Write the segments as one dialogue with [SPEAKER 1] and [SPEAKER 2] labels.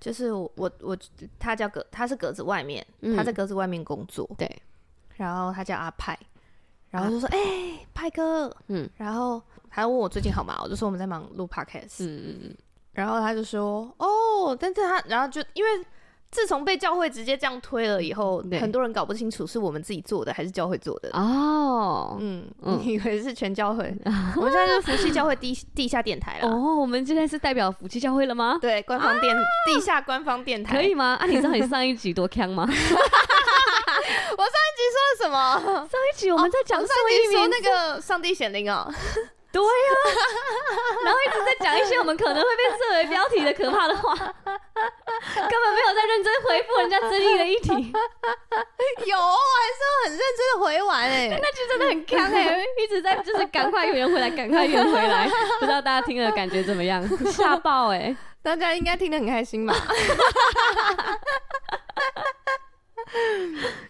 [SPEAKER 1] 就是我我我他叫格，他是格子外面，
[SPEAKER 2] 嗯
[SPEAKER 1] 他在格子外面工作，
[SPEAKER 2] 对，
[SPEAKER 1] 然后他叫阿派，然后就说哎、派哥，
[SPEAKER 2] 啊嗯，
[SPEAKER 1] 然后他问我最近好吗，我就说我们在忙录 podcast，、
[SPEAKER 2] 嗯嗯
[SPEAKER 1] 然后他就说哦，但是他然后就因为。自从被教会直接这样推了以后，
[SPEAKER 2] 对
[SPEAKER 1] 很多人搞不清楚是我们自己做的还是教会做的。
[SPEAKER 2] 嗯，哦。
[SPEAKER 1] 嗯，
[SPEAKER 2] 嗯
[SPEAKER 1] 你以为是全教 会？我们现在是福气教会地地下电台了。
[SPEAKER 2] 哦，我们现在是代表福气教会了吗？
[SPEAKER 1] 对，官方电、地下官方电台
[SPEAKER 2] 可以吗？啊，你知道你上一集多坑 吗？上
[SPEAKER 1] 说什么？
[SPEAKER 2] 一集我们在讲
[SPEAKER 1] 我
[SPEAKER 2] 宋
[SPEAKER 1] 上集
[SPEAKER 2] 哦一
[SPEAKER 1] 说
[SPEAKER 2] 鸣，
[SPEAKER 1] 那个上帝显灵哦，
[SPEAKER 2] 对 呀、然后一直在讲一些我们可能会被设为标题的可怕的 话，根本没有在认真回复人家争议的议题，
[SPEAKER 1] 有，我还是有很认真的回完哎、
[SPEAKER 2] 那就真的很坑哎、一直在就是赶快圆啊回来，赶快圆回来，不知道大家听了感觉怎么样？吓爆哎、
[SPEAKER 1] 大家应该听得很开心吧？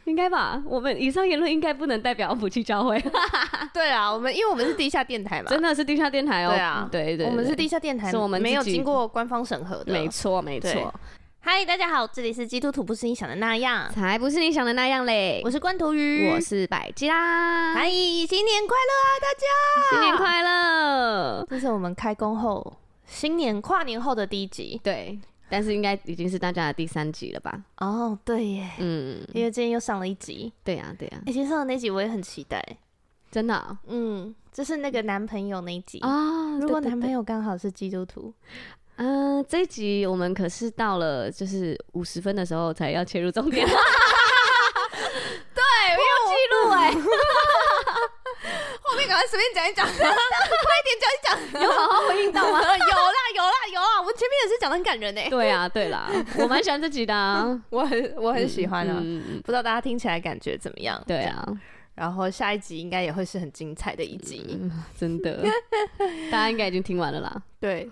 [SPEAKER 2] 应该吧？我们以上言论应该不能代表福气教会，
[SPEAKER 1] 对啊，我们因为我们是地下电台嘛，
[SPEAKER 2] 真的是地下电台哦、
[SPEAKER 1] 对啊
[SPEAKER 2] 对对对
[SPEAKER 1] 我们是地下电台，
[SPEAKER 2] 是我们自己
[SPEAKER 1] 没有经过官方审核的。
[SPEAKER 2] 没。错没
[SPEAKER 1] 对
[SPEAKER 2] 错，
[SPEAKER 1] 嗨，大家好，这里是基督徒不是你想的那样，
[SPEAKER 2] 才不是你想的那样嘞！
[SPEAKER 1] 我是关头鱼，
[SPEAKER 2] 我。是百吉啦，
[SPEAKER 1] 嗨，新年快乐啊，大家！
[SPEAKER 2] 新年！快乐！
[SPEAKER 1] 这是我们开工后，新年跨年后的第一集。
[SPEAKER 2] 对，但是应该已经是大家的第三集了吧？
[SPEAKER 1] 哦，对耶，
[SPEAKER 2] 嗯，
[SPEAKER 1] 因为今天又上了一集，
[SPEAKER 2] 对呀、对呀、啊
[SPEAKER 1] 哎、今天上的那集我也很期待。
[SPEAKER 2] 真的啊、
[SPEAKER 1] 嗯，就是那个男朋友那一集。
[SPEAKER 2] 啊
[SPEAKER 1] 如果男朋
[SPEAKER 2] 友，
[SPEAKER 1] 友刚好是基督徒，
[SPEAKER 2] 嗯、这一集我们可是到了就是五十分的时候才要切入 重点，
[SPEAKER 1] 哎，我记录哎， 后面赶快随便讲一 讲，快一点讲一讲，有好好回应到吗？ 有啦有啦有啦，我前面也是讲的很感人哎，
[SPEAKER 2] 对啊，对啦，我蛮喜欢这集的、啊，
[SPEAKER 1] 我很我很喜欢啊，
[SPEAKER 2] 嗯，
[SPEAKER 1] 不知道大家听起来感觉怎么样？
[SPEAKER 2] 对
[SPEAKER 1] 这样，
[SPEAKER 2] 啊，
[SPEAKER 1] 然后下一集应该也会是很精彩的一集，
[SPEAKER 2] 嗯，真的，大家应该已经听完了啦，
[SPEAKER 1] 对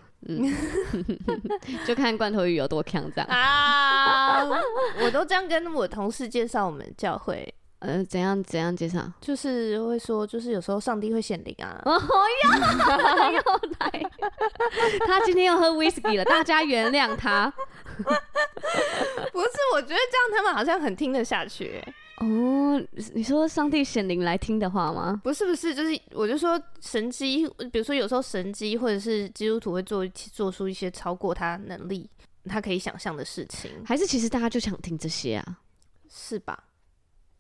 [SPEAKER 2] 就看罐头鱼有多强这样，
[SPEAKER 1] 啊，我都这样跟我同事介绍我们教会，
[SPEAKER 2] 呃，怎样怎样介绍？
[SPEAKER 1] 就是会说，就是有时候上帝会显灵啊，
[SPEAKER 2] 哦呀，又来！他今天又喝 whisky 了，大家原谅 他。
[SPEAKER 1] 不是，我觉得这样他们好像很听得下去、欸。
[SPEAKER 2] 哦，你说上帝显灵来听的话吗？
[SPEAKER 1] 不是不是，就是我就说神机，比如说有时候神机或者是基督徒会做做出一些超过他能力、他可以想象的事情，
[SPEAKER 2] 还是其实大家就想听这些啊？
[SPEAKER 1] 是吧？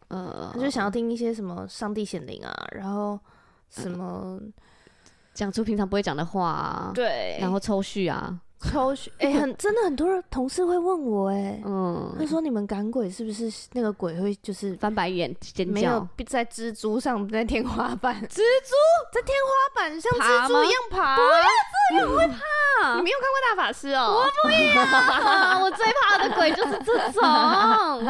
[SPEAKER 2] 呃
[SPEAKER 1] 他，就想要听一些什么上帝显灵啊，然后什么、
[SPEAKER 2] 讲出平常不会讲的话啊，
[SPEAKER 1] 对，
[SPEAKER 2] 然后抽蓄啊，
[SPEAKER 1] 抽血，哎、很真的很多人同事会问我、哎、他
[SPEAKER 2] 嗯，
[SPEAKER 1] 说你们赶鬼是不是那个鬼会就是
[SPEAKER 2] 翻白眼尖
[SPEAKER 1] 没有
[SPEAKER 2] 叫，
[SPEAKER 1] 在蜘蛛上，在天花板，蜘
[SPEAKER 2] 蛛
[SPEAKER 1] 在天花板像
[SPEAKER 2] 爬
[SPEAKER 1] 蜘蛛
[SPEAKER 2] 吗
[SPEAKER 1] 一样爬。
[SPEAKER 2] 啊
[SPEAKER 1] 你没有看过大法师哦？
[SPEAKER 2] 啊！ 我最怕的鬼就是这种，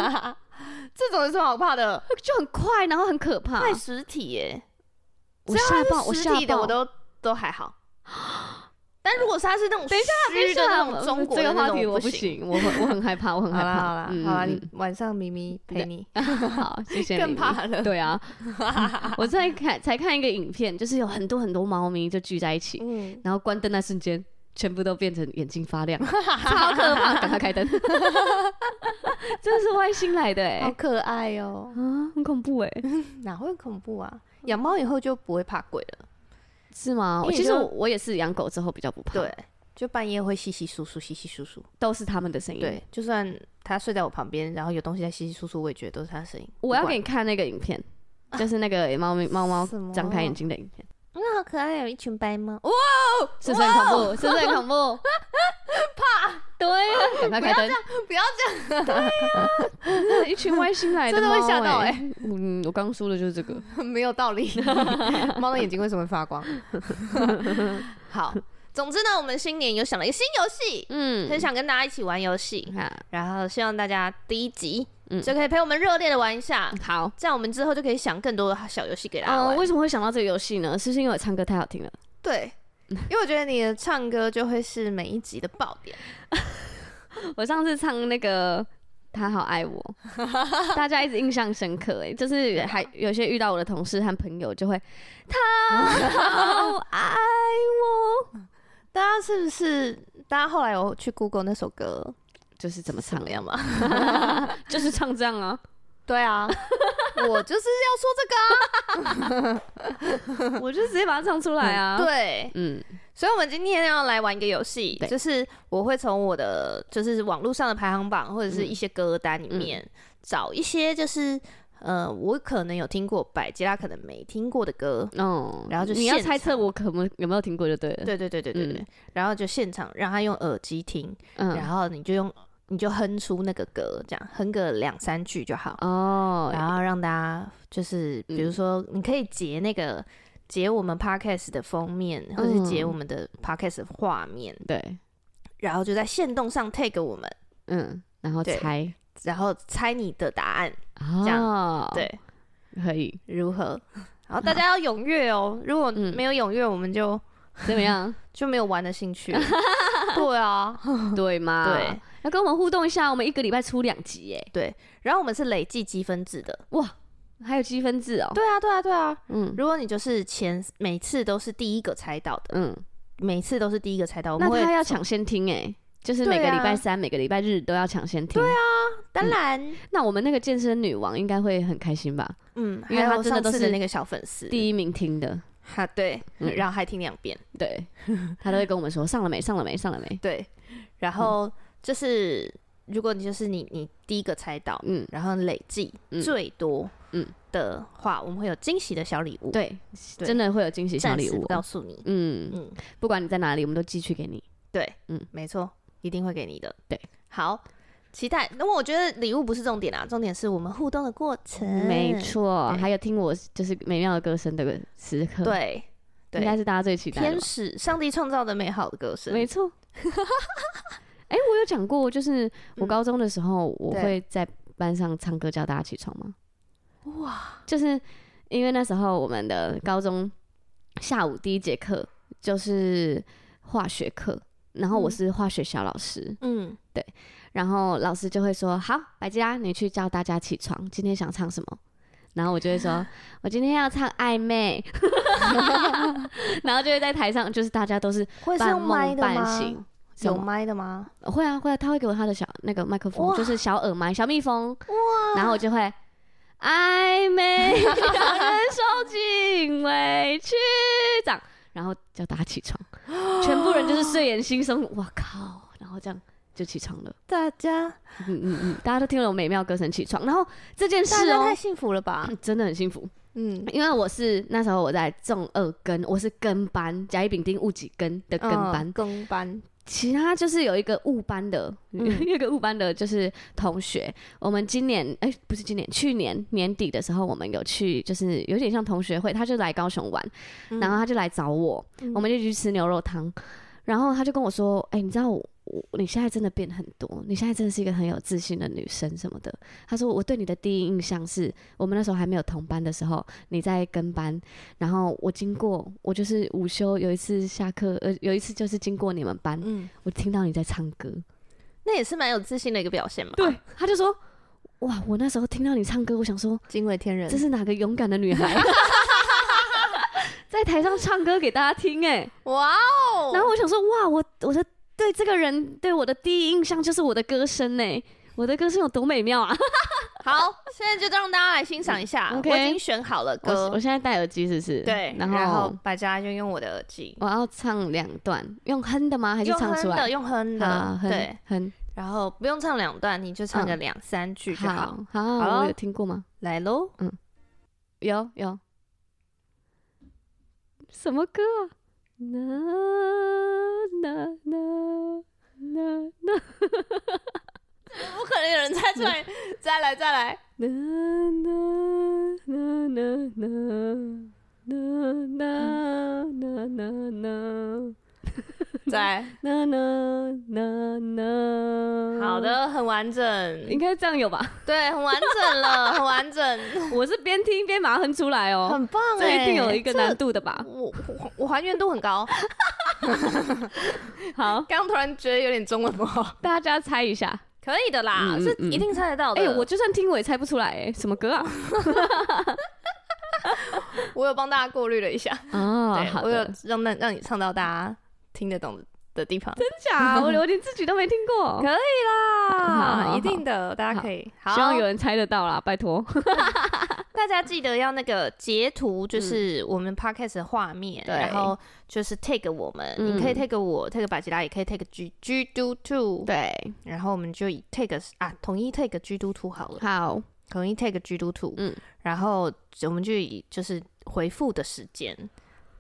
[SPEAKER 1] 这种有什么好怕的？
[SPEAKER 2] 就很快，然后很可怕。
[SPEAKER 1] 快实体耶，
[SPEAKER 2] 我吓爆，我
[SPEAKER 1] 实
[SPEAKER 2] 吓
[SPEAKER 1] 体的
[SPEAKER 2] 爆
[SPEAKER 1] 我！都都还好。但如果是他是那种
[SPEAKER 2] 等一下，等
[SPEAKER 1] 虚
[SPEAKER 2] 一
[SPEAKER 1] 的
[SPEAKER 2] 下
[SPEAKER 1] 那种中国
[SPEAKER 2] 这
[SPEAKER 1] 的
[SPEAKER 2] 个
[SPEAKER 1] 那
[SPEAKER 2] 话
[SPEAKER 1] 种，
[SPEAKER 2] 题我
[SPEAKER 1] 不
[SPEAKER 2] 不。行，我很我很害怕，我很
[SPEAKER 1] 好
[SPEAKER 2] 害
[SPEAKER 1] 啦
[SPEAKER 2] 怕。
[SPEAKER 1] 好啦
[SPEAKER 2] 嗯
[SPEAKER 1] 好啦，
[SPEAKER 2] 嗯
[SPEAKER 1] 你晚上咪咪陪你，
[SPEAKER 2] 好，谢谢。
[SPEAKER 1] 更怕 了。
[SPEAKER 2] 对啊，我在看才看一个影片，就是有很多很多猫咪就聚在一起，
[SPEAKER 1] 嗯，
[SPEAKER 2] 然后关灯那瞬间，全部都变成眼睛 发亮，超可怕！赶快开灯， 真的是外星来的哎、
[SPEAKER 1] 好可爱哦，嗯
[SPEAKER 2] 啊，很恐怖哎、
[SPEAKER 1] 哪会恐怖啊？养猫以后就不会怕鬼了，
[SPEAKER 2] 是吗
[SPEAKER 1] 因？为
[SPEAKER 2] 其
[SPEAKER 1] 你
[SPEAKER 2] 实
[SPEAKER 1] 就
[SPEAKER 2] 我我也是养狗之后比较不怕，，
[SPEAKER 1] 对，就半夜会稀稀疏疏，稀稀疏疏。
[SPEAKER 2] 都是它们的声音。，
[SPEAKER 1] 对，就算他睡在我旁边，然后有东西在稀稀疏疏，我也觉得都是他的声音。
[SPEAKER 2] 我要
[SPEAKER 1] 不管
[SPEAKER 2] 给你看那个影 片，就是那个猫咪猫猫
[SPEAKER 1] 什么
[SPEAKER 2] 张开眼睛的影片，
[SPEAKER 1] 那好可爱，哦有一群白猫。哇，
[SPEAKER 2] 是不是很恐怖？是不是很恐 怖？怕，对啊，赶快开灯。
[SPEAKER 1] 不要这样，
[SPEAKER 2] 真的 一群外星来的、
[SPEAKER 1] 真的会吓到
[SPEAKER 2] 哎、
[SPEAKER 1] 欸
[SPEAKER 2] 嗯，我刚说的就是这个。
[SPEAKER 1] 没有道理。猫的眼睛为什么会发光？ 好，总之呢，我们新年有想了一个新游戏，
[SPEAKER 2] 嗯
[SPEAKER 1] 很想跟大家一起玩游戏，
[SPEAKER 2] 啊，
[SPEAKER 1] 然后希望大家第一集
[SPEAKER 2] 嗯
[SPEAKER 1] 就可以陪我们热烈的玩一下，
[SPEAKER 2] 好。
[SPEAKER 1] 这样我们之后就可以想更多的小游戏给大家
[SPEAKER 2] 呃，
[SPEAKER 1] 玩。
[SPEAKER 2] 为什么会想到这个游戏呢？是不是因为我唱歌太好听了？
[SPEAKER 1] 对，因为我觉得你的唱歌就会是每一集的爆点。
[SPEAKER 2] 我上次唱那个《他好爱我》， 大家一直印象深刻、哎，就是还有些遇到我的同事和朋友就会他好爱我，
[SPEAKER 1] 大家是不是？大家后来有去 Google 那首歌，
[SPEAKER 2] 就是怎么
[SPEAKER 1] 怎
[SPEAKER 2] 唱
[SPEAKER 1] 么，样嘛？
[SPEAKER 2] 就是唱这样啊。
[SPEAKER 1] 对啊， 我就是要
[SPEAKER 2] 我就直接把它唱出来啊。
[SPEAKER 1] 说这个。，对，
[SPEAKER 2] 嗯，
[SPEAKER 1] 所以我们今天要来玩一个游戏
[SPEAKER 2] 对，
[SPEAKER 1] 就是我会从我的就是网络上的排行榜或者
[SPEAKER 2] 嗯
[SPEAKER 1] 是一些歌单里面找一些就是呃我可能有听过，百吉拉可能没听过的歌。
[SPEAKER 2] 哦，
[SPEAKER 1] 然后就
[SPEAKER 2] 你要
[SPEAKER 1] 现
[SPEAKER 2] 猜测我可没有没有听过就对了。，
[SPEAKER 1] 对对对对对对，
[SPEAKER 2] 嗯
[SPEAKER 1] 然后就现场让他用耳机听，然
[SPEAKER 2] 嗯，
[SPEAKER 1] 后你就用你就哼出那个歌，这样哼个两三句就好。
[SPEAKER 2] 哦，
[SPEAKER 1] 然后让大家就是，比如
[SPEAKER 2] 嗯
[SPEAKER 1] 说，你可以截那个截我们 podcast 的封面，或者是截
[SPEAKER 2] 嗯
[SPEAKER 1] 我们的 podcast 的画面，
[SPEAKER 2] 对，
[SPEAKER 1] 然后就在线动上 tag 我们，
[SPEAKER 2] 嗯，然后
[SPEAKER 1] 对
[SPEAKER 2] 猜，
[SPEAKER 1] 然后猜你的答案，
[SPEAKER 2] 这
[SPEAKER 1] 样
[SPEAKER 2] 样，
[SPEAKER 1] 对，
[SPEAKER 2] 可以，
[SPEAKER 1] 如何？ 然后大家要踊跃哦，如果
[SPEAKER 2] 嗯
[SPEAKER 1] 没有踊跃，我们就
[SPEAKER 2] 怎 么样？
[SPEAKER 1] 就没有玩的兴 趣了。对啊，
[SPEAKER 2] 对吗？
[SPEAKER 1] 对，
[SPEAKER 2] 要跟我们互动一下，我们一个礼拜出两集耶，
[SPEAKER 1] 然后我们是累计积分制的。
[SPEAKER 2] 还有积分制哦。
[SPEAKER 1] 对啊，对啊，对啊。
[SPEAKER 2] 嗯
[SPEAKER 1] 如果你就是前每次都是第一个猜到的，
[SPEAKER 2] 嗯，
[SPEAKER 1] 每次都是第一个猜到，我
[SPEAKER 2] 那
[SPEAKER 1] 们会
[SPEAKER 2] 他要抢先听哎，就是每
[SPEAKER 1] 对
[SPEAKER 2] 个
[SPEAKER 1] 啊
[SPEAKER 2] 礼拜三、每个礼拜日都要抢先听。对啊，
[SPEAKER 1] 当然。
[SPEAKER 2] 那我们那个健身女王应该会很开心吧？
[SPEAKER 1] 嗯，
[SPEAKER 2] 因为
[SPEAKER 1] 还
[SPEAKER 2] 他
[SPEAKER 1] 有
[SPEAKER 2] 真的
[SPEAKER 1] 上
[SPEAKER 2] 都
[SPEAKER 1] 次
[SPEAKER 2] 是
[SPEAKER 1] 的那个小粉丝，
[SPEAKER 2] 第一名听的，
[SPEAKER 1] 哈对，
[SPEAKER 2] 嗯
[SPEAKER 1] 然后还听两遍，
[SPEAKER 2] 对，他都会跟我们说上了没，上了没，上了没。
[SPEAKER 1] 对，然后就是如果你就是你你第一个猜到，
[SPEAKER 2] 嗯，
[SPEAKER 1] 然后累计
[SPEAKER 2] 嗯
[SPEAKER 1] 最多
[SPEAKER 2] 嗯
[SPEAKER 1] 的话，我们会有惊喜的小礼物，，
[SPEAKER 2] 对，
[SPEAKER 1] 对
[SPEAKER 2] 真的会有惊喜小
[SPEAKER 1] 暂
[SPEAKER 2] 礼
[SPEAKER 1] 时
[SPEAKER 2] 物
[SPEAKER 1] 不
[SPEAKER 2] 哦。
[SPEAKER 1] 告诉你，
[SPEAKER 2] 嗯，
[SPEAKER 1] 嗯，
[SPEAKER 2] 不管你在哪里，我们都寄去给你。
[SPEAKER 1] 对，
[SPEAKER 2] 嗯
[SPEAKER 1] 嗯，没错，一定会给你的，
[SPEAKER 2] 对，
[SPEAKER 1] 好，期待。那么我觉得礼物不是重点啊，重点是我们互动的过程，
[SPEAKER 2] 嗯没，错，
[SPEAKER 1] 嗯对
[SPEAKER 2] 还有听我就是美妙的歌声的时刻，，
[SPEAKER 1] 对
[SPEAKER 2] 应该
[SPEAKER 1] 对，
[SPEAKER 2] 是大家最期待的
[SPEAKER 1] 天
[SPEAKER 2] 吧。
[SPEAKER 1] 使，上帝创造的美好的歌声，
[SPEAKER 2] 没错。哎，我有讲过，就是
[SPEAKER 1] 嗯
[SPEAKER 2] 我高中的时候，我
[SPEAKER 1] 对
[SPEAKER 2] 会在班上唱歌叫大家起床吗？哇，就是因为那时候我们的高中下午第一节课就是化学课，然后我
[SPEAKER 1] 嗯
[SPEAKER 2] 是化学小老师，
[SPEAKER 1] 嗯，
[SPEAKER 2] 然后老师就会说：“好，百吉拉，你去叫大家起床，今天想唱什么？”然后我就会说：“ 我今天要唱暧昧。” 然后就会在台上，就是大家都是
[SPEAKER 1] 会是
[SPEAKER 2] 半
[SPEAKER 1] 用麦
[SPEAKER 2] 梦
[SPEAKER 1] 的
[SPEAKER 2] 半
[SPEAKER 1] 吗？
[SPEAKER 2] 醒。什
[SPEAKER 1] 有
[SPEAKER 2] 么
[SPEAKER 1] 麦的吗？
[SPEAKER 2] 会啊会啊，他会给我他的小那个麦克风，
[SPEAKER 1] 哇
[SPEAKER 2] 就是小耳麦、小蜜蜂。然后我就会暧昧，让人受尽委屈，这样，然后叫大家起床，全部人就是睡眼惺忪。我靠！然后这样就起床了。
[SPEAKER 1] 大家
[SPEAKER 2] 嗯嗯嗯，大家都听了我美妙歌声起床，然后这件
[SPEAKER 1] 大
[SPEAKER 2] 事
[SPEAKER 1] 家
[SPEAKER 2] 哦、
[SPEAKER 1] 太幸福了吧？
[SPEAKER 2] 嗯 真的很幸福，
[SPEAKER 1] 嗯，
[SPEAKER 2] 因为我是那时候我在中二跟，我是跟班甲乙丙丁戊己庚的跟班，
[SPEAKER 1] 嗯跟班，
[SPEAKER 2] 其他就是有一个戊班的，
[SPEAKER 1] 嗯
[SPEAKER 2] 有一个戊班的就是同学，我们今年哎、不是今年，去年年底的时候我们有去，就是有点像同学会，他就来高雄玩，然后他就来找我，
[SPEAKER 1] 嗯
[SPEAKER 2] 我们就去吃牛肉汤，然后他就跟我说：“哎、你知道我我你现在真的变很多，你现在真的是一个很有自信的女生什么的。”他说：“我对你的第一印象是我们那时候还没有同班的时候，你在跟班，然后我经过，我就是午休有一次下课，呃，有一次就是经过你们班，
[SPEAKER 1] 嗯，
[SPEAKER 2] 我听到你在唱歌，
[SPEAKER 1] 那也是蛮有自信的一个表现嘛。，
[SPEAKER 2] 他就说。”哇！我那时候听到你唱歌，我想说
[SPEAKER 1] 惊为天人
[SPEAKER 2] 这，是哪个勇敢的女孩， 在台上唱歌给大家听哎、
[SPEAKER 1] 哇哦！
[SPEAKER 2] 然后我想说，哇，我我的对这个人对我的第一印象就是我的歌声呢，我的歌声有多美妙啊！
[SPEAKER 1] 好，现在就让大家来欣赏一下，
[SPEAKER 2] 嗯
[SPEAKER 1] 我
[SPEAKER 2] ，OK
[SPEAKER 1] 已经选好了
[SPEAKER 2] 我
[SPEAKER 1] 歌
[SPEAKER 2] 我，现在戴耳机是不是？
[SPEAKER 1] 嗯对，
[SPEAKER 2] 然
[SPEAKER 1] 然
[SPEAKER 2] 后
[SPEAKER 1] 后大家就用我的耳机，
[SPEAKER 2] 我要唱两段，用哼的吗？还是
[SPEAKER 1] 用
[SPEAKER 2] 唱出
[SPEAKER 1] 哼
[SPEAKER 2] 来
[SPEAKER 1] 的，？用哼
[SPEAKER 2] 好
[SPEAKER 1] 的，
[SPEAKER 2] 哼
[SPEAKER 1] 对，
[SPEAKER 2] 哼，
[SPEAKER 1] 然后不用唱两段，你就唱个
[SPEAKER 2] 嗯
[SPEAKER 1] 两三句就好。
[SPEAKER 2] 好好，
[SPEAKER 1] 好
[SPEAKER 2] 我有听过吗？
[SPEAKER 1] 来喽，
[SPEAKER 2] 有有，什么歌啊？啦啦啦啦啦
[SPEAKER 1] 不可能有人猜出来，再来再来，
[SPEAKER 2] 啦啦啦啦啦啦啦啦啦
[SPEAKER 1] 再来，
[SPEAKER 2] 啦啦啦啦。
[SPEAKER 1] 好，的，很完整，
[SPEAKER 2] 应该这样有 吧？
[SPEAKER 1] 对，很完整了，很完整，
[SPEAKER 2] 我是边听边把它哼出来 哦，
[SPEAKER 1] 很棒
[SPEAKER 2] 这
[SPEAKER 1] 哎、
[SPEAKER 2] 一定有一个
[SPEAKER 1] 这
[SPEAKER 2] 难度的吧？
[SPEAKER 1] 我我我还原度很 高，
[SPEAKER 2] 好，
[SPEAKER 1] 刚突然觉得有点中文不好，
[SPEAKER 2] 大家猜一下。
[SPEAKER 1] 可以的啦，
[SPEAKER 2] 嗯
[SPEAKER 1] 这
[SPEAKER 2] 嗯
[SPEAKER 1] 一定猜得到的。
[SPEAKER 2] 哎，我就算听我也猜不出来，哎，什么歌 啊？
[SPEAKER 1] 我有帮大家过滤了一下，
[SPEAKER 2] 哦
[SPEAKER 1] 对
[SPEAKER 2] 好
[SPEAKER 1] 我有
[SPEAKER 2] 啊的，
[SPEAKER 1] 让那让你唱到大家听得懂的的地方。
[SPEAKER 2] 真假？我我连自己都没听过
[SPEAKER 1] 可以，
[SPEAKER 2] 好好
[SPEAKER 1] 啦，
[SPEAKER 2] 好
[SPEAKER 1] 一定的，大家可以。好
[SPEAKER 2] 希，望有人猜得到啦，拜托。
[SPEAKER 1] 大家记得要那个截图，就是我们 podcast 的画面，
[SPEAKER 2] 对
[SPEAKER 1] 然后就是 take 我们，
[SPEAKER 2] 嗯
[SPEAKER 1] 你可以 take 我，take 百吉拉，也可以 take G G do two，
[SPEAKER 2] 对，
[SPEAKER 1] 然后我们就以 take 啊，统一 take G do two 好了，
[SPEAKER 2] 好，
[SPEAKER 1] 统一 take G do two，
[SPEAKER 2] 嗯
[SPEAKER 1] 然后我们就以就是回复的时间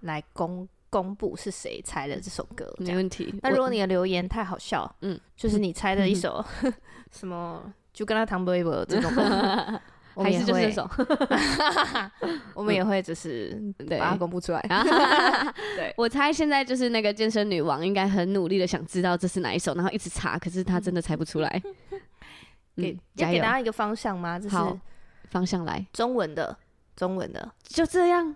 [SPEAKER 1] 来公公布是谁猜的这首歌，这
[SPEAKER 2] 没
[SPEAKER 1] 样。
[SPEAKER 2] 问题。
[SPEAKER 1] 那如
[SPEAKER 2] 我
[SPEAKER 1] 果你的留言太好笑，嗯
[SPEAKER 2] 嗯，
[SPEAKER 1] 就是你猜的一首 什么，就跟他唐伯伯 这种的，我们
[SPEAKER 2] 还
[SPEAKER 1] 也
[SPEAKER 2] 是就是
[SPEAKER 1] 会
[SPEAKER 2] 这，首，
[SPEAKER 1] 我们也会就是
[SPEAKER 2] 对。
[SPEAKER 1] 把它公布出来。 对
[SPEAKER 2] 我猜现在就是那个健身女王，应该很努力的想知道这是哪一首，然后一直查，可是她真的猜不出来。
[SPEAKER 1] 给
[SPEAKER 2] 嗯，
[SPEAKER 1] 要
[SPEAKER 2] 加
[SPEAKER 1] 给
[SPEAKER 2] 油
[SPEAKER 1] 大，家一个方向吗？这是
[SPEAKER 2] 好方向来，
[SPEAKER 1] 中文的，中文的
[SPEAKER 2] 就这样，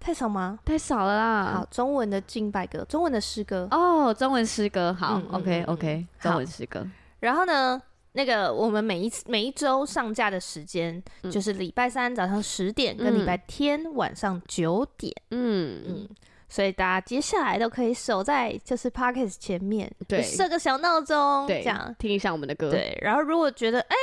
[SPEAKER 1] 太少吗？
[SPEAKER 2] 太少了啦。
[SPEAKER 1] 好，中文的敬拜歌，中文的诗歌。
[SPEAKER 2] 哦，中文诗歌，好
[SPEAKER 1] 嗯嗯
[SPEAKER 2] ，OK
[SPEAKER 1] 嗯
[SPEAKER 2] OK，
[SPEAKER 1] 好
[SPEAKER 2] 中文诗歌，
[SPEAKER 1] 然后呢，那个我们每一次每一周上架的时间
[SPEAKER 2] 嗯
[SPEAKER 1] 就是礼拜三早上十点跟礼拜天晚上九点。
[SPEAKER 2] 嗯，
[SPEAKER 1] 嗯，所以大家接下来都可以守在就是 p o c k e t 前面，
[SPEAKER 2] 对
[SPEAKER 1] 就设个小闹钟，
[SPEAKER 2] 对，
[SPEAKER 1] 这样。
[SPEAKER 2] 听一下我们的歌，
[SPEAKER 1] 对，然后如果觉得哎、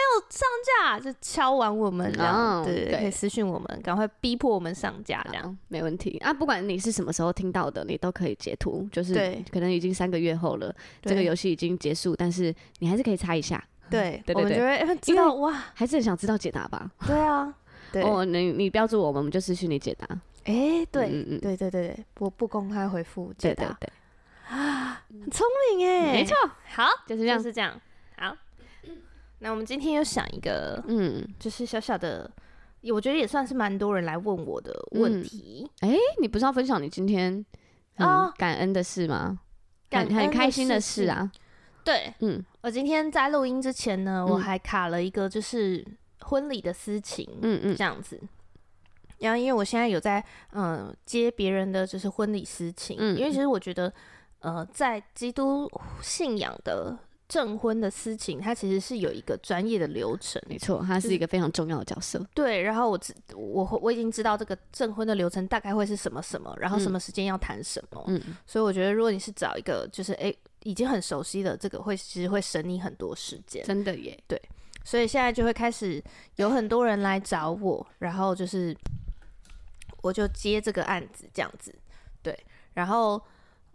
[SPEAKER 1] 怎么没有上架，就敲完我们这样，
[SPEAKER 2] 哦
[SPEAKER 1] 对对，
[SPEAKER 2] 对哦
[SPEAKER 1] 可以私讯我们，赶快逼迫我们上架这样。
[SPEAKER 2] 好，没问题啊。不管你是什么时候听到的，你都可以截图，就是
[SPEAKER 1] 对
[SPEAKER 2] 可能已经三个月后了，这个
[SPEAKER 1] 对
[SPEAKER 2] 游戏已经结束，但是你还是可以猜一下，
[SPEAKER 1] 对，
[SPEAKER 2] 对对
[SPEAKER 1] 我们
[SPEAKER 2] 对
[SPEAKER 1] 就会哎知道哇，
[SPEAKER 2] 还是很想知道解答吧？
[SPEAKER 1] 对啊，对，哎、
[SPEAKER 2] 哦，你你标注我们，我们就私讯你解答。
[SPEAKER 1] 对。
[SPEAKER 2] 嗯嗯，
[SPEAKER 1] 对对对对，我不公开回复解
[SPEAKER 2] 对对
[SPEAKER 1] 答，
[SPEAKER 2] 对，
[SPEAKER 1] 很聪明哎，
[SPEAKER 2] 没错，
[SPEAKER 1] 好，
[SPEAKER 2] 就是
[SPEAKER 1] 就
[SPEAKER 2] 这样。
[SPEAKER 1] 是这样。好， 那我们今天又想一个，
[SPEAKER 2] 嗯，
[SPEAKER 1] 就是小小的，也我觉得也算是蛮多人来问我的
[SPEAKER 2] 嗯
[SPEAKER 1] 问题，
[SPEAKER 2] 哎，你不是要分享你今天
[SPEAKER 1] 哦
[SPEAKER 2] 很感恩的事吗？
[SPEAKER 1] 感
[SPEAKER 2] 很
[SPEAKER 1] 恩
[SPEAKER 2] 很开心的
[SPEAKER 1] 事
[SPEAKER 2] 事
[SPEAKER 1] 情。
[SPEAKER 2] 啊，
[SPEAKER 1] 对
[SPEAKER 2] 嗯
[SPEAKER 1] 我今天在录音之前呢，我
[SPEAKER 2] 嗯
[SPEAKER 1] 还卡了一个就是婚礼的私情，
[SPEAKER 2] 嗯嗯
[SPEAKER 1] 这样子。然后，因为我现在有在嗯、呃接别人的就是婚礼私情，
[SPEAKER 2] 嗯
[SPEAKER 1] 因为其实我觉得呃在基督信仰的证婚的私情，它其实是有一个专业的流程。
[SPEAKER 2] 没错，他是一个非常重要的角色。
[SPEAKER 1] 对，然后我知我我已经知道这个证婚的流程大概会是什么什么，然后什
[SPEAKER 2] 嗯
[SPEAKER 1] 么时间要谈什么，
[SPEAKER 2] 嗯，
[SPEAKER 1] 所以我觉得如果你是找一个就是诶已经很熟悉的这个会，其实会省你很多时间。
[SPEAKER 2] 真的耶。
[SPEAKER 1] 所以现在就会开始有很多人来找我，然后就是我就接这个案子这样子，对，然后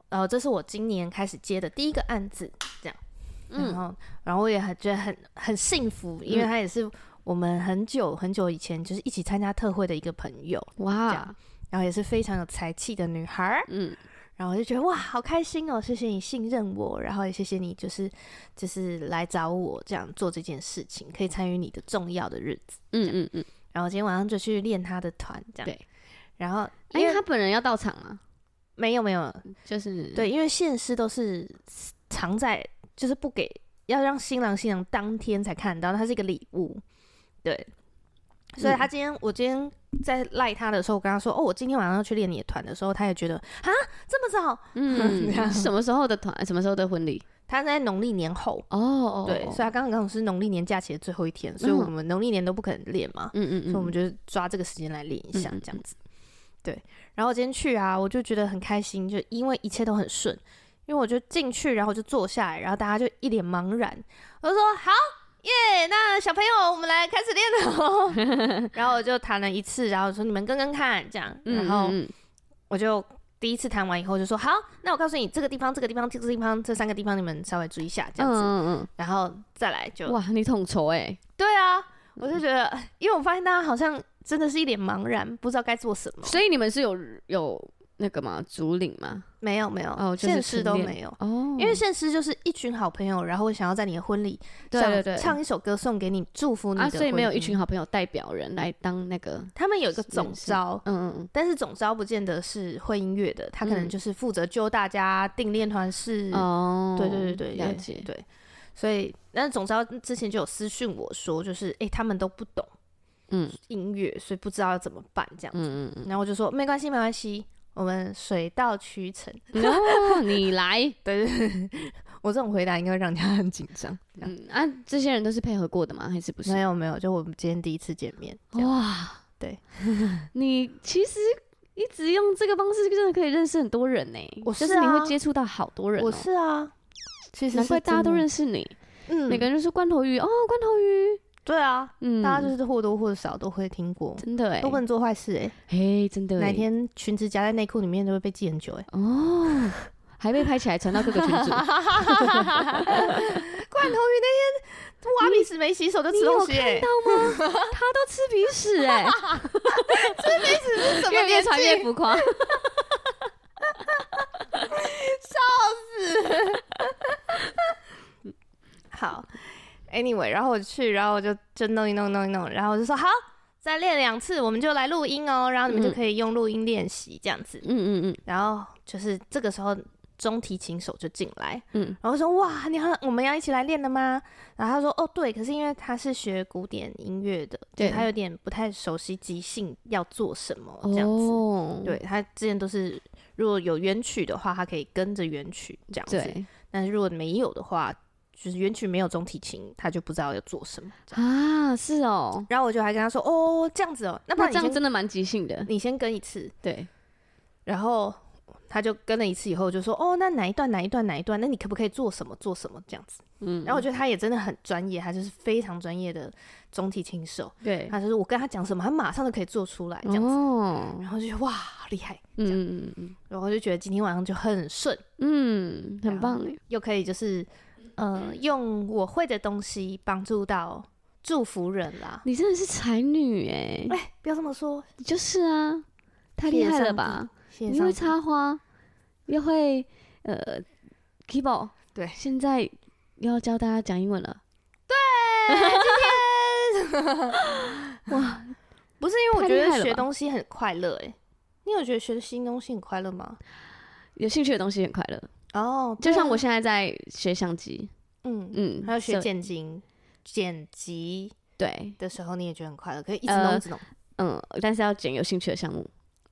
[SPEAKER 1] 呃，这是我今年开始接的第一个案子，这样，然
[SPEAKER 2] 嗯
[SPEAKER 1] 后然后我也很觉得很很幸福，因为他也是我们很久很久以前就是一起参加特会的一个朋友，这
[SPEAKER 2] 哇
[SPEAKER 1] 样，然后也是非常有才气的女孩儿，
[SPEAKER 2] 嗯，
[SPEAKER 1] 然后我就觉得哇，好开心哦！谢谢你信任我，然后也谢谢你，就是就是来找我这样做这件事情，可以参与你的重要的日子。
[SPEAKER 2] 嗯嗯嗯，
[SPEAKER 1] 然后今天晚上就去练他的团，这样
[SPEAKER 2] 对。
[SPEAKER 1] 然后
[SPEAKER 2] 哎、
[SPEAKER 1] 因为
[SPEAKER 2] 他嗯本人要到场吗？
[SPEAKER 1] 没有没有，
[SPEAKER 2] 就是，
[SPEAKER 1] 对，因为现师都是藏在，就是不给，要让新郎新娘当天才看到，它是一个礼物，对。所以
[SPEAKER 2] 嗯
[SPEAKER 1] 他今天，我今天在赖他的时候，我跟他说：“哦，我今天晚上要去练你的团的时候，他也觉得啊，这么早？ 这样
[SPEAKER 2] 嗯，什么时候的团？什么时候的婚礼？
[SPEAKER 1] 他在农历年后，
[SPEAKER 2] 哦哦，
[SPEAKER 1] 对，所以他刚刚好是农历年假期的最后一天，所以
[SPEAKER 2] 嗯
[SPEAKER 1] 我们农历年都不可能练嘛，
[SPEAKER 2] 嗯嗯嗯，
[SPEAKER 1] 所以我们就是抓这个时间来练一下
[SPEAKER 2] 嗯嗯嗯
[SPEAKER 1] 这样子。对，然后今天去啊，我就觉得很开心，就因为一切都很顺，因为我就进去，然后就坐下来，然后大家就一脸茫然，我就说好。耶那小朋友，我们来开始练 喽。然后我就弹了一次，然后说你们跟跟看这样，
[SPEAKER 2] 嗯，
[SPEAKER 1] 然后
[SPEAKER 2] 嗯嗯
[SPEAKER 1] 我就第一次弹完以后就说好，那我告诉你这个地方、这个地方、这个地方这三个地方你们稍微注意一下这样子，
[SPEAKER 2] 嗯嗯
[SPEAKER 1] 然后再来就
[SPEAKER 2] 嗯，哇，你统筹哎，
[SPEAKER 1] 对啊，我就觉得， 因为我发现大家好像真的是一脸茫然，不知道该做什么。
[SPEAKER 2] 所以你们是有有那个吗？主领吗？
[SPEAKER 1] 没有没有，
[SPEAKER 2] 哦就是
[SPEAKER 1] 现实都
[SPEAKER 2] 训练
[SPEAKER 1] 没有，
[SPEAKER 2] 哦，
[SPEAKER 1] 因为现实就是一群好朋友，然后想要在你的婚礼
[SPEAKER 2] 对
[SPEAKER 1] 上
[SPEAKER 2] 对对
[SPEAKER 1] 唱一首歌送给你，祝福你的、
[SPEAKER 2] 啊，所以没有一，群好朋友代表人来当那个，
[SPEAKER 1] 他们有一个总
[SPEAKER 2] 是
[SPEAKER 1] 招。
[SPEAKER 2] 嗯嗯
[SPEAKER 1] 但是总招不见得是会音乐的，他可能
[SPEAKER 2] 嗯
[SPEAKER 1] 就是负责揪大家订练团式
[SPEAKER 2] 嗯，，哦，
[SPEAKER 1] 对对对对，
[SPEAKER 2] 了
[SPEAKER 1] 对
[SPEAKER 2] 解，
[SPEAKER 1] 对，所以但是总招之前就有私讯我说，就是诶，他们都不懂
[SPEAKER 2] 嗯
[SPEAKER 1] 音乐，所以不知道要怎么办这样子。
[SPEAKER 2] 嗯嗯
[SPEAKER 1] 然后我就说没关系，没关系，我们水到渠成。
[SPEAKER 2] 嗯，哦，你来，
[SPEAKER 1] 对对对，我这种回答应该会让人家很紧张。这样
[SPEAKER 2] 嗯啊，这些人都是配合过的吗？还是不是
[SPEAKER 1] 没？
[SPEAKER 2] 哦
[SPEAKER 1] 有没有，就我们今天第一次见面，这样
[SPEAKER 2] 哇，
[SPEAKER 1] 对，
[SPEAKER 2] 你其实一直用这个方式真的可以认识很多人呢、
[SPEAKER 1] 我
[SPEAKER 2] 就是是你
[SPEAKER 1] 啊
[SPEAKER 2] 会接触到好多人、哦
[SPEAKER 1] 我是啊，其实
[SPEAKER 2] 难怪大家都认
[SPEAKER 1] 识，
[SPEAKER 2] 识你，
[SPEAKER 1] 嗯，
[SPEAKER 2] 每个人就是罐头鱼哦，罐头鱼，
[SPEAKER 1] 对啊，
[SPEAKER 2] 嗯，
[SPEAKER 1] 大家就是或多或少都会听过，
[SPEAKER 2] 真的哎、
[SPEAKER 1] 都不能做坏事哎、
[SPEAKER 2] 嘿，真的
[SPEAKER 1] 哪
[SPEAKER 2] 哎
[SPEAKER 1] 天裙子夹在内裤里面就会被记很久 哎、
[SPEAKER 2] 哦，还被拍起来传到各个 群组，
[SPEAKER 1] 罐头鱼那天挖鼻屎没洗手就
[SPEAKER 2] 你
[SPEAKER 1] 吃
[SPEAKER 2] 有
[SPEAKER 1] 东西
[SPEAKER 2] 看
[SPEAKER 1] 哎、
[SPEAKER 2] 到吗？他都吃鼻屎 哎、
[SPEAKER 1] 这什么
[SPEAKER 2] 越
[SPEAKER 1] 年
[SPEAKER 2] 越
[SPEAKER 1] 纪
[SPEAKER 2] 传越浮夸，嗯
[SPEAKER 1] 好，anyway，然后我去，然后我就就弄一弄弄一弄，然后我就说好，再练两次，我们就来录音哦，然后你们就
[SPEAKER 2] 嗯
[SPEAKER 1] 可以用录音练习这样子。
[SPEAKER 2] 嗯嗯嗯
[SPEAKER 1] 然后就是这个时候，中提琴手就进来，
[SPEAKER 2] 嗯，
[SPEAKER 1] 然后说哇，你要我们要一起来练的吗？然后他说哦对，可是因为他是学古典音乐的，
[SPEAKER 2] 对
[SPEAKER 1] 他有点不太熟悉即兴要做什么这样子。
[SPEAKER 2] 哦，
[SPEAKER 1] 对他之前都是如果有原曲的话，他可以跟着原曲这样子。
[SPEAKER 2] 对
[SPEAKER 1] 但是如果没有的话，就是原曲没有中提琴，他就不知道要做什么。
[SPEAKER 2] 啊，是哦，
[SPEAKER 1] 然后我就还跟他说：“哦，这样子哦，那不
[SPEAKER 2] 那
[SPEAKER 1] 然
[SPEAKER 2] 这
[SPEAKER 1] 你
[SPEAKER 2] 样
[SPEAKER 1] 先
[SPEAKER 2] 真的蛮即兴的，
[SPEAKER 1] 你先跟一次。
[SPEAKER 2] 对，”
[SPEAKER 1] 然后他就跟了一次以后，就说：“哦，那哪一段哪一段哪一段？那你可不可以做什么做什么这样子？”
[SPEAKER 2] 嗯，
[SPEAKER 1] 然后我觉得他也真的很专业，他就是非常专业的中提琴手。
[SPEAKER 2] 对，
[SPEAKER 1] 他就是我跟他讲什么，他马上就可以做出来这样子。
[SPEAKER 2] 哦，
[SPEAKER 1] 然后就觉得哇，好厉害！
[SPEAKER 2] 嗯嗯嗯
[SPEAKER 1] 然后就觉得今天晚上就很顺，
[SPEAKER 2] 嗯，嗯
[SPEAKER 1] 啊
[SPEAKER 2] 很棒哎，
[SPEAKER 1] 又可以就是呃
[SPEAKER 2] 嗯
[SPEAKER 1] 用我会的东西帮助到祝福人啦。
[SPEAKER 2] 你真的是才女哎，
[SPEAKER 1] 哎、不要这么说，
[SPEAKER 2] 你就是啊，太厉害了吧！
[SPEAKER 1] 谢
[SPEAKER 2] 你
[SPEAKER 1] 谢
[SPEAKER 2] 会
[SPEAKER 1] 上
[SPEAKER 2] 插花，又会呃 keyboard，
[SPEAKER 1] 对
[SPEAKER 2] 现在要教大家讲英文了。
[SPEAKER 1] 帝不是因为我觉
[SPEAKER 2] 太厉害
[SPEAKER 1] 得
[SPEAKER 2] 了
[SPEAKER 1] 学
[SPEAKER 2] 吧
[SPEAKER 1] 东西很快乐哎、你有觉得学新东西很快乐吗？
[SPEAKER 2] 有兴趣的东西很快乐，
[SPEAKER 1] 哦，
[SPEAKER 2] 就
[SPEAKER 1] 对
[SPEAKER 2] 像
[SPEAKER 1] 啊
[SPEAKER 2] 我现在在学相机，
[SPEAKER 1] 嗯，
[SPEAKER 2] 嗯，
[SPEAKER 1] 还有学
[SPEAKER 2] 所以
[SPEAKER 1] 剪辑，剪辑
[SPEAKER 2] 对，
[SPEAKER 1] 的时候你也觉得很快乐，可以一直
[SPEAKER 2] 呃
[SPEAKER 1] 弄一直 弄。
[SPEAKER 2] 嗯，但是要剪有兴趣的项目。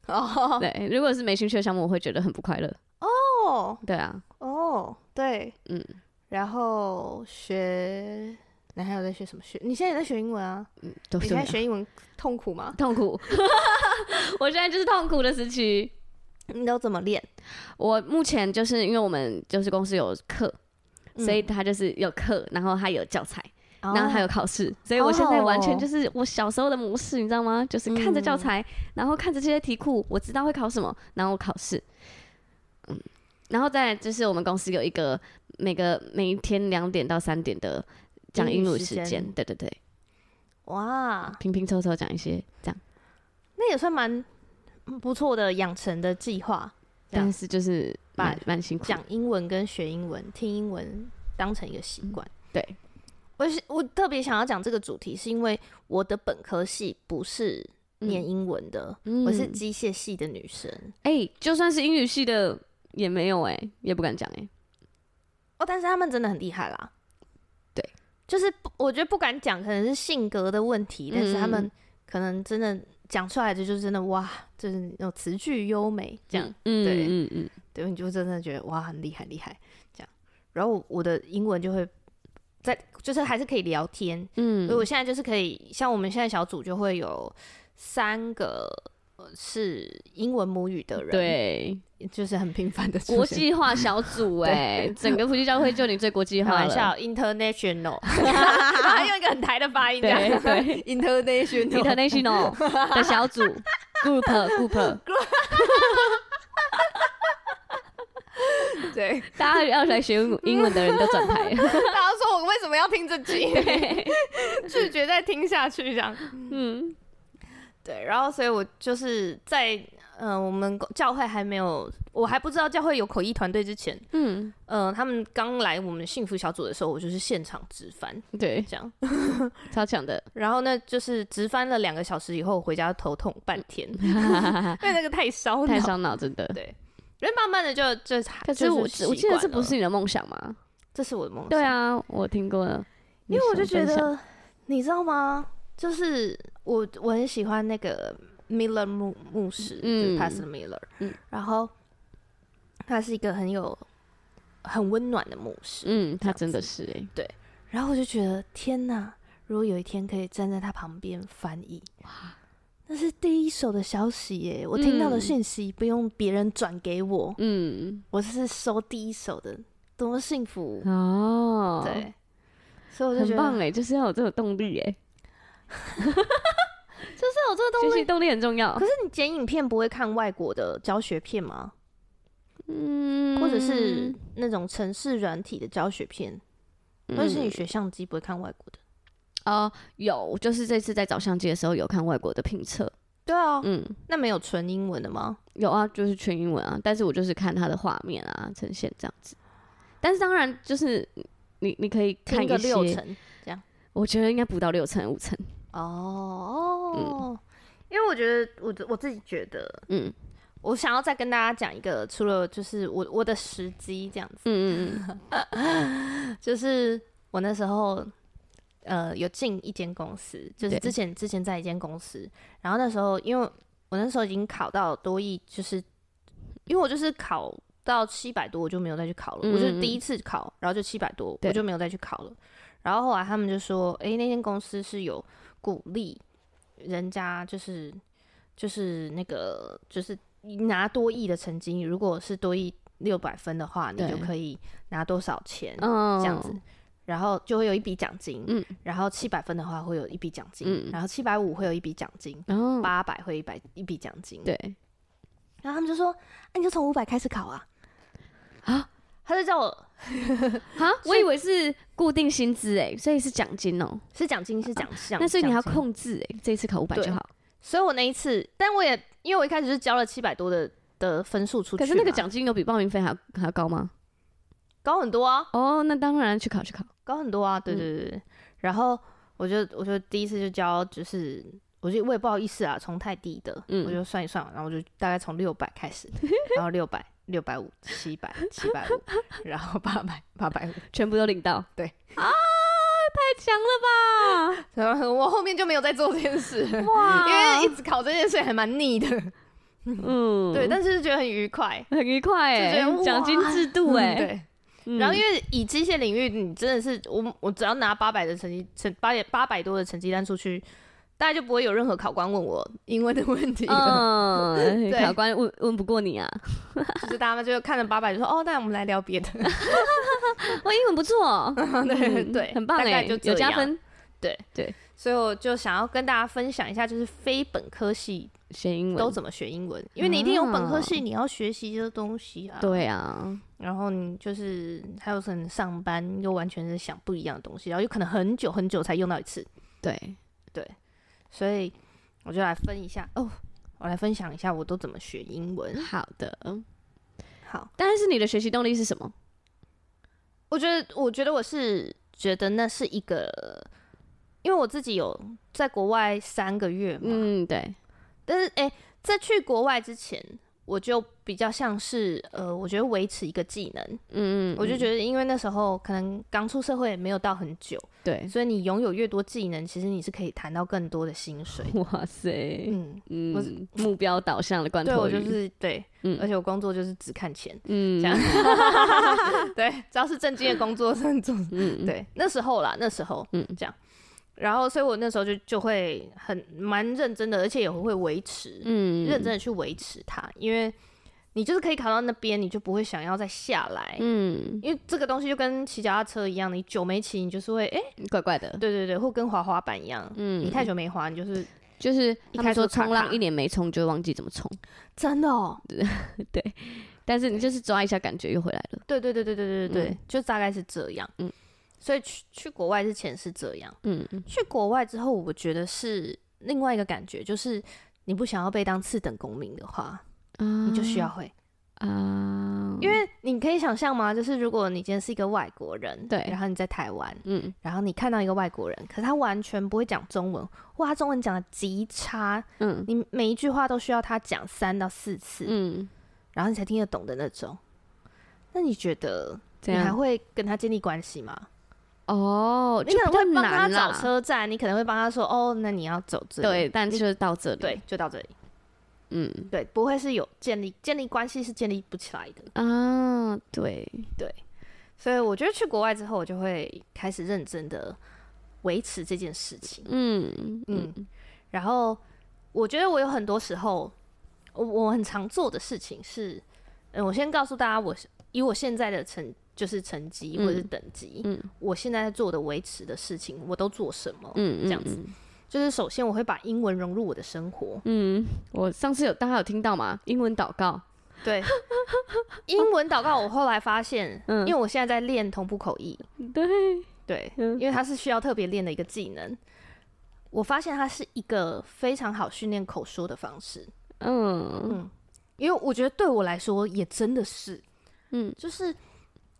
[SPEAKER 1] 哦
[SPEAKER 2] 对，如果是没兴趣的项目，我会觉得很不快乐。
[SPEAKER 1] 哦
[SPEAKER 2] 对啊，
[SPEAKER 1] 哦，对，
[SPEAKER 2] 嗯，
[SPEAKER 1] 然后学。那还有在学什么学？你现在也在学英文啊？
[SPEAKER 2] 嗯，都
[SPEAKER 1] 你
[SPEAKER 2] 是
[SPEAKER 1] 现
[SPEAKER 2] 没
[SPEAKER 1] 在
[SPEAKER 2] 有
[SPEAKER 1] 学英文痛苦吗？
[SPEAKER 2] 痛苦。 我现在就是痛苦的时期。
[SPEAKER 1] 你都怎么练？
[SPEAKER 2] 我目前就是因为我们就是公司有课，所以他就是有课，然后他有教材，
[SPEAKER 1] 嗯，
[SPEAKER 2] 然后还
[SPEAKER 1] 有
[SPEAKER 2] 有考试，所以我现在完全就是我小时候的模式，你知道吗？就是看着教
[SPEAKER 1] 哦嗯
[SPEAKER 2] 材，然后看着这些题库，我知道会考什么，然后我考试。嗯，然后再来就是我们公司有一个每个每一天两点到三点的讲
[SPEAKER 1] 英
[SPEAKER 2] 英
[SPEAKER 1] 语
[SPEAKER 2] 语
[SPEAKER 1] 时
[SPEAKER 2] 时间
[SPEAKER 1] 间，
[SPEAKER 2] 对对对，
[SPEAKER 1] 哇，
[SPEAKER 2] 拼拼凑凑讲一些这样，
[SPEAKER 1] 那也算蛮不错的养成的计划。这样
[SPEAKER 2] 但是就是
[SPEAKER 1] 把
[SPEAKER 2] 蛮蛮辛苦的，
[SPEAKER 1] 讲英文跟学英文、听英文当成一个习惯。
[SPEAKER 2] 嗯对，
[SPEAKER 1] 我是我特别想要讲这个主题，是因为我的本科系不是念
[SPEAKER 2] 嗯
[SPEAKER 1] 英文的，
[SPEAKER 2] 嗯
[SPEAKER 1] 我是机械系的女生。
[SPEAKER 2] 哎、就算是英语系的也没有哎、也不敢讲哎、
[SPEAKER 1] 哦，但是他们真的很厉害啦。
[SPEAKER 2] 对，
[SPEAKER 1] 就是不我觉得不敢讲，可能是性格的问题，但是他
[SPEAKER 2] 嗯
[SPEAKER 1] 们可能真的讲出来的就是真的哇，就是那种词句优美这样。
[SPEAKER 2] 嗯，
[SPEAKER 1] 对
[SPEAKER 2] 嗯嗯
[SPEAKER 1] 对，你就真的觉得哇，很厉害厉害这样。然后我的英文就会在，就是还是可以聊天，
[SPEAKER 2] 嗯
[SPEAKER 1] 所以我现在就是可以，像我们现在小组就会有三个呃是英文母语的人，，
[SPEAKER 2] 对，
[SPEAKER 1] 就是很频繁的
[SPEAKER 2] 国际化小 组哎、整个普及教会就你最国际
[SPEAKER 1] 开
[SPEAKER 2] 化
[SPEAKER 1] 玩
[SPEAKER 2] 了，
[SPEAKER 1] 笑，international，然后用一个很台的发音这样，
[SPEAKER 2] 对对
[SPEAKER 1] ，international，
[SPEAKER 2] international 的小组 group group，
[SPEAKER 1] 对。
[SPEAKER 2] 大家要来学英文英文的人都转台，
[SPEAKER 1] 大家说我为什么要听这集？ 拒绝再听下去这样。
[SPEAKER 2] 嗯，
[SPEAKER 1] 对，然后所以我就是在嗯、呃我们公教会还没有，我还不知道教会有口译团队之前，
[SPEAKER 2] 嗯，
[SPEAKER 1] 嗯、他们刚来我们幸福小组的时候，我就是现场直翻
[SPEAKER 2] 对，
[SPEAKER 1] 这样，
[SPEAKER 2] 超强的，
[SPEAKER 1] 然后呢就是直翻了两个小时以后，回家头痛半天，因为那个太烧
[SPEAKER 2] 太
[SPEAKER 1] 脑，
[SPEAKER 2] 伤脑，真的。
[SPEAKER 1] 对。因为慢慢的就就
[SPEAKER 2] 可
[SPEAKER 1] 就是
[SPEAKER 2] 我
[SPEAKER 1] 习
[SPEAKER 2] 我记得
[SPEAKER 1] 惯
[SPEAKER 2] 这不
[SPEAKER 1] 了
[SPEAKER 2] 是你的梦想吗？
[SPEAKER 1] 这是我的梦想，
[SPEAKER 2] 对，啊，我听过了，
[SPEAKER 1] 因为我就
[SPEAKER 2] 你想
[SPEAKER 1] 觉
[SPEAKER 2] 分享
[SPEAKER 1] 得你知道吗？就是我我很喜欢那个 Miller 牧牧师，就是
[SPEAKER 2] 嗯
[SPEAKER 1] Pastor Miller，、
[SPEAKER 2] 嗯
[SPEAKER 1] 然后他是一个很有很温暖的牧师，
[SPEAKER 2] 嗯，
[SPEAKER 1] 这
[SPEAKER 2] 他
[SPEAKER 1] 样
[SPEAKER 2] 真的
[SPEAKER 1] 子
[SPEAKER 2] 是哎、
[SPEAKER 1] 然后我就觉得天哪！如果有一天可以站在他旁边翻译，那是第一手的消息耶，我听到的
[SPEAKER 2] 嗯
[SPEAKER 1] 讯息不用别人转给我，
[SPEAKER 2] 嗯，
[SPEAKER 1] 我是收第一手的，多么幸福！
[SPEAKER 2] 哦，，
[SPEAKER 1] 对，所以我就觉得
[SPEAKER 2] 很棒哎，就是要有这种动力 哎，
[SPEAKER 1] 就是有这个
[SPEAKER 2] 学
[SPEAKER 1] 东
[SPEAKER 2] 习
[SPEAKER 1] 西。
[SPEAKER 2] 动力很重要
[SPEAKER 1] 可。是你剪影片不会看外国的教学片吗？
[SPEAKER 2] 嗯，
[SPEAKER 1] 或者是那种城市软体的教学片，
[SPEAKER 2] 嗯，
[SPEAKER 1] 或者是你学相机不会看外国的？
[SPEAKER 2] 哦，有，就是这次在找相机的时候有看外国的评测，
[SPEAKER 1] 对啊，
[SPEAKER 2] 嗯，
[SPEAKER 1] 那没有纯英文的吗？
[SPEAKER 2] 有啊，就是全英文啊，但是我就是看它的画面啊呈现这样子。但是当然就是你你可以看
[SPEAKER 1] 听个
[SPEAKER 2] 一
[SPEAKER 1] 六
[SPEAKER 2] 些，
[SPEAKER 1] 成
[SPEAKER 2] 我觉得应该不到六成五成，
[SPEAKER 1] 哦哦，因为我觉得我我自己觉得，
[SPEAKER 2] 嗯
[SPEAKER 1] 我想要再跟大家讲一个，除了就是我我的时机这样子，
[SPEAKER 2] 嗯嗯嗯，
[SPEAKER 1] 就是我那时候呃有进一间公司，就是
[SPEAKER 2] 对
[SPEAKER 1] 之前之前在一间公司，然后那时候因为我那时候已经考到多益，就是因为我就是考到七百多，我就没有再去考了，
[SPEAKER 2] 嗯
[SPEAKER 1] 我就是第一次考，然后就七百多，我
[SPEAKER 2] 对
[SPEAKER 1] 就没有再去考了。然后后来他们就说，诶，那间公司是有鼓励人家，就是就是那个就是你拿多亿的成绩，如果是多亿六百分的话，你
[SPEAKER 2] 对
[SPEAKER 1] 就可以拿多少钱，
[SPEAKER 2] 哦
[SPEAKER 1] 这样子，然后就会有一笔奖金，
[SPEAKER 2] 嗯
[SPEAKER 1] 然后七百分的话会有一笔奖金，
[SPEAKER 2] 嗯
[SPEAKER 1] 然后七百五会有一笔奖金，
[SPEAKER 2] 然后
[SPEAKER 1] 八百会一百一笔奖金，，
[SPEAKER 2] 对
[SPEAKER 1] 然后他们就说，啊，你就从五百开始考啊，
[SPEAKER 2] 啊，
[SPEAKER 1] 他就叫我
[SPEAKER 2] 啊，我以为是固定薪资哎，所以是奖金哦、
[SPEAKER 1] 是奖金是奖项，
[SPEAKER 2] 啊那所以你还要
[SPEAKER 1] 奖金
[SPEAKER 2] 控制哎、这一次考五百
[SPEAKER 1] 对
[SPEAKER 2] 就好，
[SPEAKER 1] 所以我那一次，但我也因为我一开始是交了七百多的的分数出去
[SPEAKER 2] 可
[SPEAKER 1] 嘛，
[SPEAKER 2] 是那个奖金有比报名费还要还要高吗？
[SPEAKER 1] 高很多啊，
[SPEAKER 2] 哦，那当然去考去考，
[SPEAKER 1] 高很多啊，
[SPEAKER 2] 嗯
[SPEAKER 1] 对对对对。然后我就我就第一次就交，就是我就我也不好意思啊，从太低的，
[SPEAKER 2] 嗯
[SPEAKER 1] 我就算一算，然后我就大概从六百开始，然后六百、六百五、七百、七百五，然后八百、八百五，
[SPEAKER 2] 全部都领到，
[SPEAKER 1] 对
[SPEAKER 2] 啊，太强了吧，
[SPEAKER 1] 然后我后面就没有再做这件事，因
[SPEAKER 2] 哇，
[SPEAKER 1] 为一直考这件事还蛮腻的，
[SPEAKER 2] 嗯
[SPEAKER 1] 对，但是觉得很愉快。
[SPEAKER 2] 很愉快
[SPEAKER 1] 就觉
[SPEAKER 2] 哎、
[SPEAKER 1] 得哇
[SPEAKER 2] 奖金制度哎、
[SPEAKER 1] 嗯对，
[SPEAKER 2] 嗯
[SPEAKER 1] 然后因为以机械领域，你真的是我我只要拿八百的成绩成八百八百多的成绩单出去，大概就不会有任何考官问我英文的问题了。
[SPEAKER 2] 嗯，
[SPEAKER 1] 对
[SPEAKER 2] 考官问问不过你啊，
[SPEAKER 1] 就是大家就看着八百就说哦，那我们来聊别的。
[SPEAKER 2] 我
[SPEAKER 1] 哦
[SPEAKER 2] 英文不错，
[SPEAKER 1] 对
[SPEAKER 2] 嗯
[SPEAKER 1] 对，
[SPEAKER 2] 很棒
[SPEAKER 1] 大概
[SPEAKER 2] 哎，
[SPEAKER 1] 就这
[SPEAKER 2] 有加
[SPEAKER 1] 样。
[SPEAKER 2] 分，
[SPEAKER 1] 所以我就想要跟大家分享一下，就是非本科系
[SPEAKER 2] 学英文啊
[SPEAKER 1] 都怎么学英文，因为你一定有本科系，你要学习这个东西啊。。
[SPEAKER 2] 对啊，
[SPEAKER 1] 然后你就是还有可能上班又完全是想不一样的东西，然后有可能很久很久才用到一次。
[SPEAKER 2] 对，
[SPEAKER 1] 所以我就来分一下哦，我来分享一下我都怎么学英文。
[SPEAKER 2] 好的。
[SPEAKER 1] 好，
[SPEAKER 2] 但是你的学习动力是什么？
[SPEAKER 1] 我觉得，我觉得我是觉得那是一个，因为我自己有在国外三个月嘛，
[SPEAKER 2] 嗯，对，
[SPEAKER 1] 但是诶，在去国外之前，我就比较像是呃，我觉得维持一个技能，
[SPEAKER 2] 嗯，
[SPEAKER 1] 我就觉得因为那时候可能刚出社会也没有到很久，
[SPEAKER 2] 得对，
[SPEAKER 1] 所以你拥有越多技能，其实你是可以谈到更多的薪水。
[SPEAKER 2] 哇塞，
[SPEAKER 1] 嗯，我
[SPEAKER 2] 嗯，目标导向的罐
[SPEAKER 1] 对
[SPEAKER 2] 头
[SPEAKER 1] 我
[SPEAKER 2] 鱼，
[SPEAKER 1] 就是对，
[SPEAKER 2] 嗯
[SPEAKER 1] 而且我工作就是只看钱。
[SPEAKER 2] 嗯
[SPEAKER 1] 这样，对，只要是正经的工作，是种
[SPEAKER 2] 嗯，
[SPEAKER 1] 对那时候啦，那时候，嗯
[SPEAKER 2] 嗯，
[SPEAKER 1] 这样。然后，所以我那时候就就会很蛮认真的，而且也会维持，
[SPEAKER 2] 嗯，
[SPEAKER 1] 认真，的去维持它，因为你就是可以考到那边，你就不会想要再下来，
[SPEAKER 2] 嗯，
[SPEAKER 1] 因为这个东西就跟骑脚踏车一样，你久没骑，你就是会哎、
[SPEAKER 2] 怪怪的，
[SPEAKER 1] 对对对，或跟滑滑板一样，
[SPEAKER 2] 嗯
[SPEAKER 1] 你太久没滑，你就是
[SPEAKER 2] 就是
[SPEAKER 1] 一
[SPEAKER 2] 他
[SPEAKER 1] 开
[SPEAKER 2] 们
[SPEAKER 1] 始
[SPEAKER 2] 说
[SPEAKER 1] 就卡
[SPEAKER 2] 冲
[SPEAKER 1] 卡
[SPEAKER 2] 浪一年没冲就会忘记怎么冲，
[SPEAKER 1] 真的哦，
[SPEAKER 2] 但是你就是抓一下感觉又回来了，
[SPEAKER 1] 对对对对对对对，
[SPEAKER 2] 嗯
[SPEAKER 1] 就大概是这样，嗯
[SPEAKER 2] 嗯，
[SPEAKER 1] 所以去去国外之前是这样。
[SPEAKER 2] 嗯嗯
[SPEAKER 1] 去国外之后，我觉得是另外一个感觉，就是你不想要被当次等公民的话，
[SPEAKER 2] 啊
[SPEAKER 1] 你就需要会，
[SPEAKER 2] 啊，
[SPEAKER 1] 因为你可以想象吗？就是如果你今天是一个外国人，
[SPEAKER 2] 对
[SPEAKER 1] 然后你在台湾，
[SPEAKER 2] 嗯
[SPEAKER 1] 然后你看到一个外国人，可是他完全不会讲中文，哇，他中文讲的极差，
[SPEAKER 2] 嗯
[SPEAKER 1] 你每一句话都需要他讲三到四次，
[SPEAKER 2] 嗯，
[SPEAKER 1] 然后你才听得懂的那种。那你觉得
[SPEAKER 2] 这
[SPEAKER 1] 你还
[SPEAKER 2] 样
[SPEAKER 1] 会跟他建立关系吗？
[SPEAKER 2] 哦，
[SPEAKER 1] 你可能
[SPEAKER 2] 就比
[SPEAKER 1] 会
[SPEAKER 2] 较
[SPEAKER 1] 帮他
[SPEAKER 2] 难啦
[SPEAKER 1] 找，车站，你可能会帮他说：“哦，那你要走这里。”
[SPEAKER 2] 对，但就是到这里，，
[SPEAKER 1] 对，就到这里。
[SPEAKER 2] 嗯
[SPEAKER 1] 对，不会是有建立建立关系是建立不起来的。
[SPEAKER 2] 啊，对，
[SPEAKER 1] 所以我觉得去国外之后，我就会开始认真的维持这件事情。
[SPEAKER 2] 嗯
[SPEAKER 1] 嗯，然后我觉得我有很多时候，我我很常做的事情是，嗯，我先告诉大家我，是以我现在的成就是成绩
[SPEAKER 2] 嗯
[SPEAKER 1] 或者是等级，
[SPEAKER 2] 嗯
[SPEAKER 1] 我现在在做的维持的事情，我都做什么？
[SPEAKER 2] 嗯，
[SPEAKER 1] 这样子就是首先我会把英文融入我的生活，
[SPEAKER 2] 嗯。嗯，我上次有大家有听到吗？英文祷告，
[SPEAKER 1] 对， 英文祷告我后来发现，
[SPEAKER 2] 嗯
[SPEAKER 1] 因为我现在在练同步口译，
[SPEAKER 2] 对，
[SPEAKER 1] 嗯对，
[SPEAKER 2] 嗯
[SPEAKER 1] 因为它是需要特别练的一个技能。我发现它是一个非常好训练口说的方式，
[SPEAKER 2] 嗯
[SPEAKER 1] 因为我觉得对我来说也真的是，
[SPEAKER 2] 嗯
[SPEAKER 1] 就是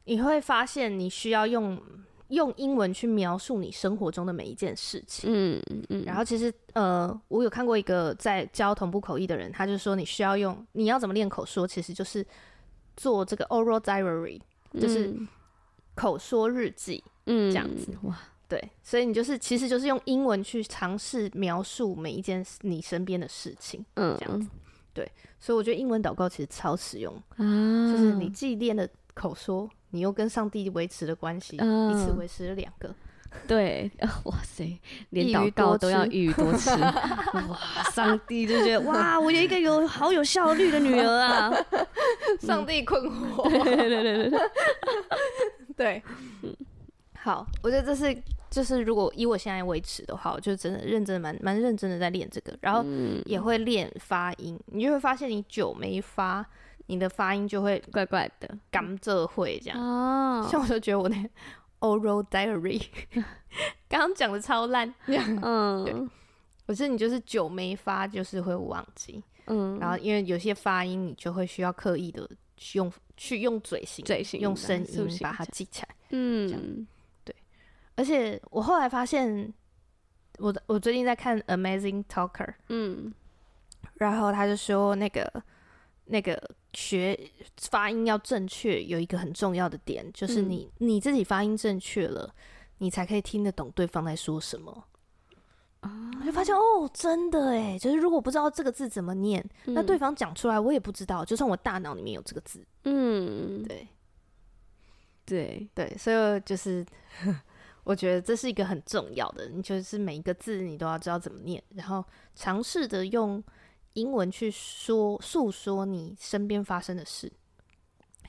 [SPEAKER 1] 你会发现你需要用用英文去描述你生活中的每一件事情。
[SPEAKER 2] 嗯嗯，
[SPEAKER 1] 然后其实呃，我有看过一个在教同步口译的人，他就说你需要用你要怎么练口说，其实就是做这个 oral diary，就是
[SPEAKER 2] 嗯
[SPEAKER 1] 口说日记。
[SPEAKER 2] 嗯
[SPEAKER 1] 这样子
[SPEAKER 2] 哇，
[SPEAKER 1] 对，所以你就是其实就是用英文去尝试描述每一件事你身边的事情，
[SPEAKER 2] 嗯
[SPEAKER 1] 这样子所以我觉得英文祷告其实超实用，
[SPEAKER 2] 啊，
[SPEAKER 1] 就是你既练了口说，你又跟上帝维持了关系，一次
[SPEAKER 2] 嗯
[SPEAKER 1] 维持了两个。
[SPEAKER 2] 对， 啊哇塞，连
[SPEAKER 1] 一
[SPEAKER 2] 祷
[SPEAKER 1] 鱼
[SPEAKER 2] 告
[SPEAKER 1] 多
[SPEAKER 2] 都要
[SPEAKER 1] 吃
[SPEAKER 2] 一鱼多 吃，哇，上帝就觉得哇，我有一个 有好有效率的女儿啊，
[SPEAKER 1] 上帝困惑。
[SPEAKER 2] 对对对对 对，
[SPEAKER 1] 对，好，我觉得这是就是如果以我现在维持的话，我就真的认真地蛮蛮认真的在练这个，然
[SPEAKER 2] 嗯
[SPEAKER 1] 后也会练发音，你就会发现你久没发，你的发音就会
[SPEAKER 2] 怪怪的
[SPEAKER 1] 甘蔗会这样。
[SPEAKER 2] 哦，
[SPEAKER 1] 像我就觉得我那 oral diary 刚刚讲的超烂，
[SPEAKER 2] 嗯
[SPEAKER 1] 可是你就是久没发就是会忘记，
[SPEAKER 2] 嗯，
[SPEAKER 1] 然后因为有些发音你就会需要刻意的去用去用嘴型
[SPEAKER 2] 嘴型
[SPEAKER 1] 用
[SPEAKER 2] 把它
[SPEAKER 1] 声
[SPEAKER 2] 塑
[SPEAKER 1] 音
[SPEAKER 2] 形
[SPEAKER 1] 把它
[SPEAKER 2] 这
[SPEAKER 1] 记起来。
[SPEAKER 2] 嗯
[SPEAKER 1] 而且我后来发现，我的我最近在看《Amazing Talker》，
[SPEAKER 2] 嗯
[SPEAKER 1] 然后他就说那个那个学发音要正确，有一个很重要的点，就是
[SPEAKER 2] 嗯
[SPEAKER 1] 你、你自己发音正确了，你才可以听得懂对方在说什
[SPEAKER 2] 哦
[SPEAKER 1] 么。
[SPEAKER 2] 啊
[SPEAKER 1] 我就发现哦，真的哎，就是如果不知道这个字怎么念，那对方讲出来我也不知道，就算我大脑里面有这个字，
[SPEAKER 2] 嗯
[SPEAKER 1] 对
[SPEAKER 2] 对，
[SPEAKER 1] 对，所以就是。 我觉得这是一个很重要的，你就是每一个字你都要知道怎么念，然后尝试着用英文去说诉说你身边发生的事。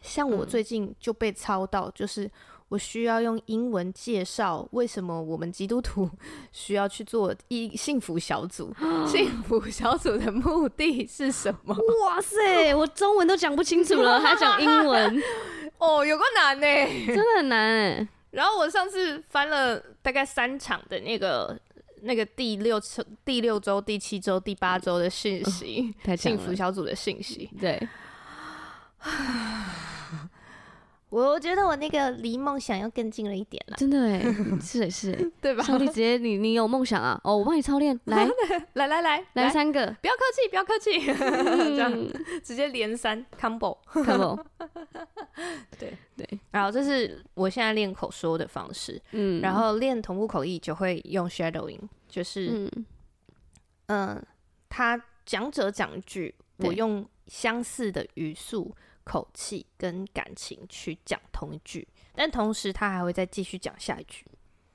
[SPEAKER 1] 像我
[SPEAKER 2] 嗯
[SPEAKER 1] 最近就被操到，就是我需要用英文介绍为什么我们基督徒 需要去做一幸福小组， 幸福小组的目的是什么？
[SPEAKER 2] 哇塞，我中文都讲不清楚了，还讲英 文，
[SPEAKER 1] 哦，有个难呢、
[SPEAKER 2] 真的很难哎，
[SPEAKER 1] 然后我上次翻了大概三场的那个那个第六周、第六周、第七周、第八周的讯息，
[SPEAKER 2] 太强
[SPEAKER 1] 幸福
[SPEAKER 2] 了，
[SPEAKER 1] 小组的讯息。
[SPEAKER 2] 对，
[SPEAKER 1] 我觉得我那个离梦想又更近了一点了，
[SPEAKER 2] 真的哎， 是哎是哎。
[SPEAKER 1] 对吧？
[SPEAKER 2] 上帝直接你你有梦想啊？哦，我帮你 操练，来
[SPEAKER 1] 来来来
[SPEAKER 2] 来
[SPEAKER 1] 来，
[SPEAKER 2] 三个，嗯
[SPEAKER 1] 不要客气，不要客气， 这样直接连三 combo。
[SPEAKER 2] 看不？
[SPEAKER 1] 然后这是我现在练口说的方式，
[SPEAKER 2] 嗯，
[SPEAKER 1] 然后练同步口译就会用 shadowing，就是
[SPEAKER 2] 嗯
[SPEAKER 1] 嗯，他讲者讲一句，我
[SPEAKER 2] 对
[SPEAKER 1] 用相似的语速、口气跟感情去讲同一句，但同时他还会再继续讲下一句。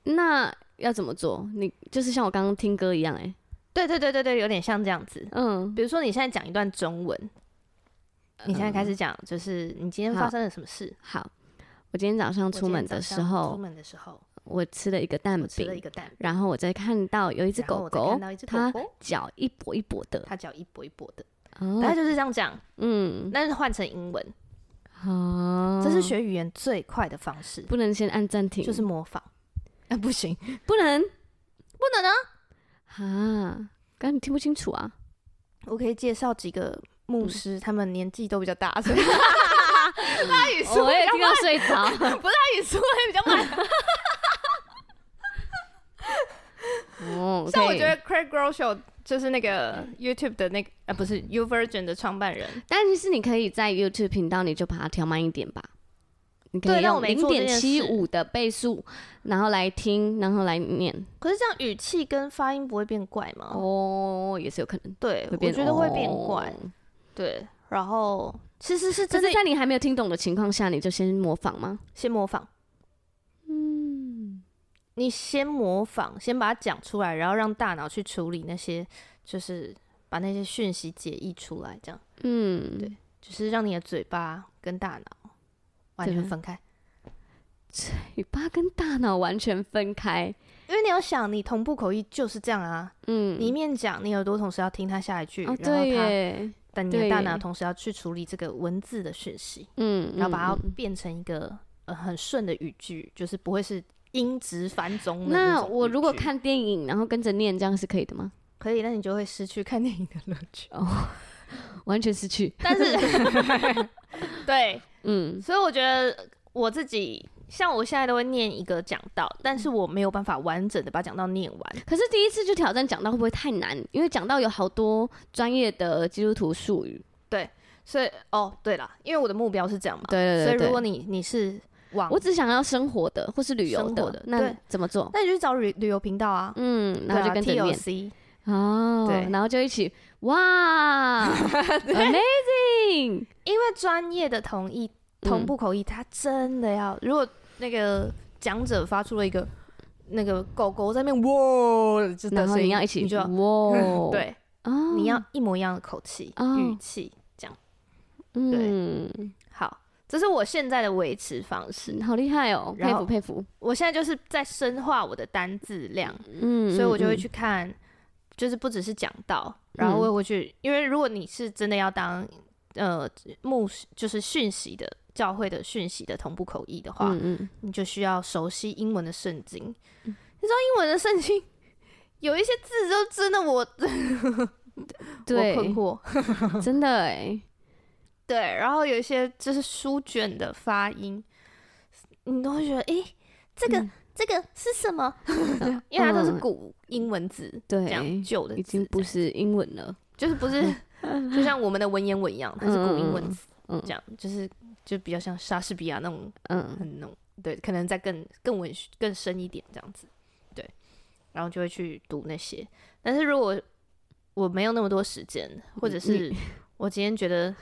[SPEAKER 2] 那要怎么做？你就是像我刚刚听歌一样、欸，哎，
[SPEAKER 1] 对对对对对，有点像这样子。
[SPEAKER 2] 嗯，
[SPEAKER 1] 比如说你现在讲一段中文，你现在开始讲，就是你今天
[SPEAKER 2] 嗯好
[SPEAKER 1] 发生了什么事？
[SPEAKER 2] 好。我今天早上
[SPEAKER 1] 我今
[SPEAKER 2] 出
[SPEAKER 1] 天
[SPEAKER 2] 门的
[SPEAKER 1] 早
[SPEAKER 2] 时
[SPEAKER 1] 上
[SPEAKER 2] 候
[SPEAKER 1] 出，门的时候，
[SPEAKER 2] 我吃了一个蛋
[SPEAKER 1] 我吃了一个
[SPEAKER 2] 饼，
[SPEAKER 1] 蛋，
[SPEAKER 2] 然后我再看到有一只
[SPEAKER 1] 然后
[SPEAKER 2] 狗
[SPEAKER 1] 我再看
[SPEAKER 2] 狗，
[SPEAKER 1] 到一只狗
[SPEAKER 2] 它
[SPEAKER 1] 狗，
[SPEAKER 2] 脚一跛一跛的，
[SPEAKER 1] 它脚一跛一跛的，它
[SPEAKER 2] 哦，
[SPEAKER 1] 就是这样讲，
[SPEAKER 2] 嗯，
[SPEAKER 1] 但是换成英文，
[SPEAKER 2] 好，
[SPEAKER 1] 这是学语言最快的方式，
[SPEAKER 2] 不能先按暂停，
[SPEAKER 1] 就是模仿。啊，不行，
[SPEAKER 2] 不能
[SPEAKER 1] 不能啊！
[SPEAKER 2] 啊，刚刚你听不清 楚啊，
[SPEAKER 1] 我可以介绍几个牧师，他们年纪都比较 大，所以他语速
[SPEAKER 2] 哦我
[SPEAKER 1] 会比
[SPEAKER 2] 也
[SPEAKER 1] 较
[SPEAKER 2] 听
[SPEAKER 1] 慢，
[SPEAKER 2] 到 睡着，
[SPEAKER 1] 他语速会比较慢。
[SPEAKER 2] 哦，
[SPEAKER 1] 像我嗯
[SPEAKER 2] 可以
[SPEAKER 1] 觉得 Craig Groeschel 就是那个 YouTube 的那个呃，不是 U Virgin 的创办人，
[SPEAKER 2] 但是你可以在 YouTube 频道，你就把它调慢一点吧。你可
[SPEAKER 1] 对
[SPEAKER 2] 以
[SPEAKER 1] 但我
[SPEAKER 2] 用
[SPEAKER 1] 没
[SPEAKER 2] 零
[SPEAKER 1] 做这
[SPEAKER 2] 点
[SPEAKER 1] 件
[SPEAKER 2] 七
[SPEAKER 1] 事
[SPEAKER 2] 五的倍速，然后来听，然后来念。
[SPEAKER 1] 可是这样语气跟发音不会变怪吗？
[SPEAKER 2] 哦，也是有可能
[SPEAKER 1] 对，
[SPEAKER 2] 会
[SPEAKER 1] 我
[SPEAKER 2] 变，
[SPEAKER 1] 觉得会变
[SPEAKER 2] 哦
[SPEAKER 1] 怪。。对，然后其实是
[SPEAKER 2] 这
[SPEAKER 1] 真的
[SPEAKER 2] 是在你还没有听懂的情况下，你就先模仿吗？
[SPEAKER 1] 先模仿，
[SPEAKER 2] 嗯，
[SPEAKER 1] 你先模仿，先把它讲出来，然后让大脑去处理那些就是把那些讯息解译出来，这样
[SPEAKER 2] 嗯，
[SPEAKER 1] 对就是让你的嘴巴跟大脑完全
[SPEAKER 2] 对
[SPEAKER 1] 分开。
[SPEAKER 2] 嘴巴跟大脑完全分开。
[SPEAKER 1] 因为你要想，你同步口译就是这样啊，
[SPEAKER 2] 嗯，
[SPEAKER 1] 你一面讲，你耳朵同时要听它下一句，
[SPEAKER 2] 哦
[SPEAKER 1] 然后
[SPEAKER 2] 对
[SPEAKER 1] 它，
[SPEAKER 2] 耶，
[SPEAKER 1] 但你的
[SPEAKER 2] 对
[SPEAKER 1] 大
[SPEAKER 2] 耶
[SPEAKER 1] 脑同时要去处理这个文字的讯息，
[SPEAKER 2] 嗯，
[SPEAKER 1] 然后把它
[SPEAKER 2] 嗯嗯
[SPEAKER 1] 变成一个呃很顺的语句，就是不会是音直繁中的
[SPEAKER 2] 那
[SPEAKER 1] 种
[SPEAKER 2] 我
[SPEAKER 1] 语
[SPEAKER 2] 如果
[SPEAKER 1] 句
[SPEAKER 2] 看电影，然后跟着念，这样是可以的吗？
[SPEAKER 1] 可以，那你就会失去看电影的乐趣。
[SPEAKER 2] 完全失去。
[SPEAKER 1] 但 是，对，
[SPEAKER 2] 嗯
[SPEAKER 1] 所以我觉得我自己像我现在都会念一个讲道，但
[SPEAKER 2] 嗯
[SPEAKER 1] 是我没有办法完整的把讲道念完。
[SPEAKER 2] 可是第一次就挑战讲到会不会太难？因为讲到有好多专业的基督徒术语。
[SPEAKER 1] 所以，哦，对了，因为我的目标是这样嘛，
[SPEAKER 2] 对
[SPEAKER 1] 所以如果你你是往
[SPEAKER 2] 我只想要生活的或是旅游
[SPEAKER 1] 生活的
[SPEAKER 2] 那
[SPEAKER 1] 对
[SPEAKER 2] 怎么做？
[SPEAKER 1] 那你就去找旅旅游频道啊，
[SPEAKER 2] 嗯，然后就跟着
[SPEAKER 1] 对啊
[SPEAKER 2] 念
[SPEAKER 1] TLC，
[SPEAKER 2] 哦，
[SPEAKER 1] 对
[SPEAKER 2] 然后就一起 哇，amazing，
[SPEAKER 1] 因为专业的同意
[SPEAKER 2] 嗯
[SPEAKER 1] 同步口译，它真的要如果那个讲者发出了一个那个狗狗在那边哇的声音，
[SPEAKER 2] 然后你要一起
[SPEAKER 1] 你就要
[SPEAKER 2] 哇，
[SPEAKER 1] 对，
[SPEAKER 2] 哦，
[SPEAKER 1] 你要一模一样的口气、
[SPEAKER 2] 哦
[SPEAKER 1] 语气，这样
[SPEAKER 2] 嗯，
[SPEAKER 1] 好。这是我现在的维持方式。
[SPEAKER 2] 好厉害哦，佩
[SPEAKER 1] 然后
[SPEAKER 2] 服佩服，
[SPEAKER 1] 我现在就是在深化我的单字量，
[SPEAKER 2] 嗯，
[SPEAKER 1] 所以我就会
[SPEAKER 2] 嗯
[SPEAKER 1] 去看，就是不只是讲到，然后我也会去，因为如果你是真的要当呃牧师，就是讯息的教会的讯息的同步口译的话，
[SPEAKER 2] 嗯嗯，
[SPEAKER 1] 你就需要熟悉英文的圣经。你知道英文的圣经有一些字就真的我 我困
[SPEAKER 2] 对，
[SPEAKER 1] 惑，
[SPEAKER 2] 真的哎，
[SPEAKER 1] 对，然后有一些就是书卷的发音，你都会觉得，诶，这个、
[SPEAKER 2] 嗯
[SPEAKER 1] 这个是什 么？因为它都是古英文字，这样
[SPEAKER 2] 对，
[SPEAKER 1] 旧的字，
[SPEAKER 2] 已经不是英文了，
[SPEAKER 1] 就是不 是就像我们的文言文一样，它是古英文字，
[SPEAKER 2] 嗯嗯嗯
[SPEAKER 1] 这样就是就比较像莎士比亚那种
[SPEAKER 2] 嗯，
[SPEAKER 1] 很浓，对，可能再更更文学更深一点这样子，对，然后就会去读那些。但是如果我没有那么多时间，或者是我今天觉得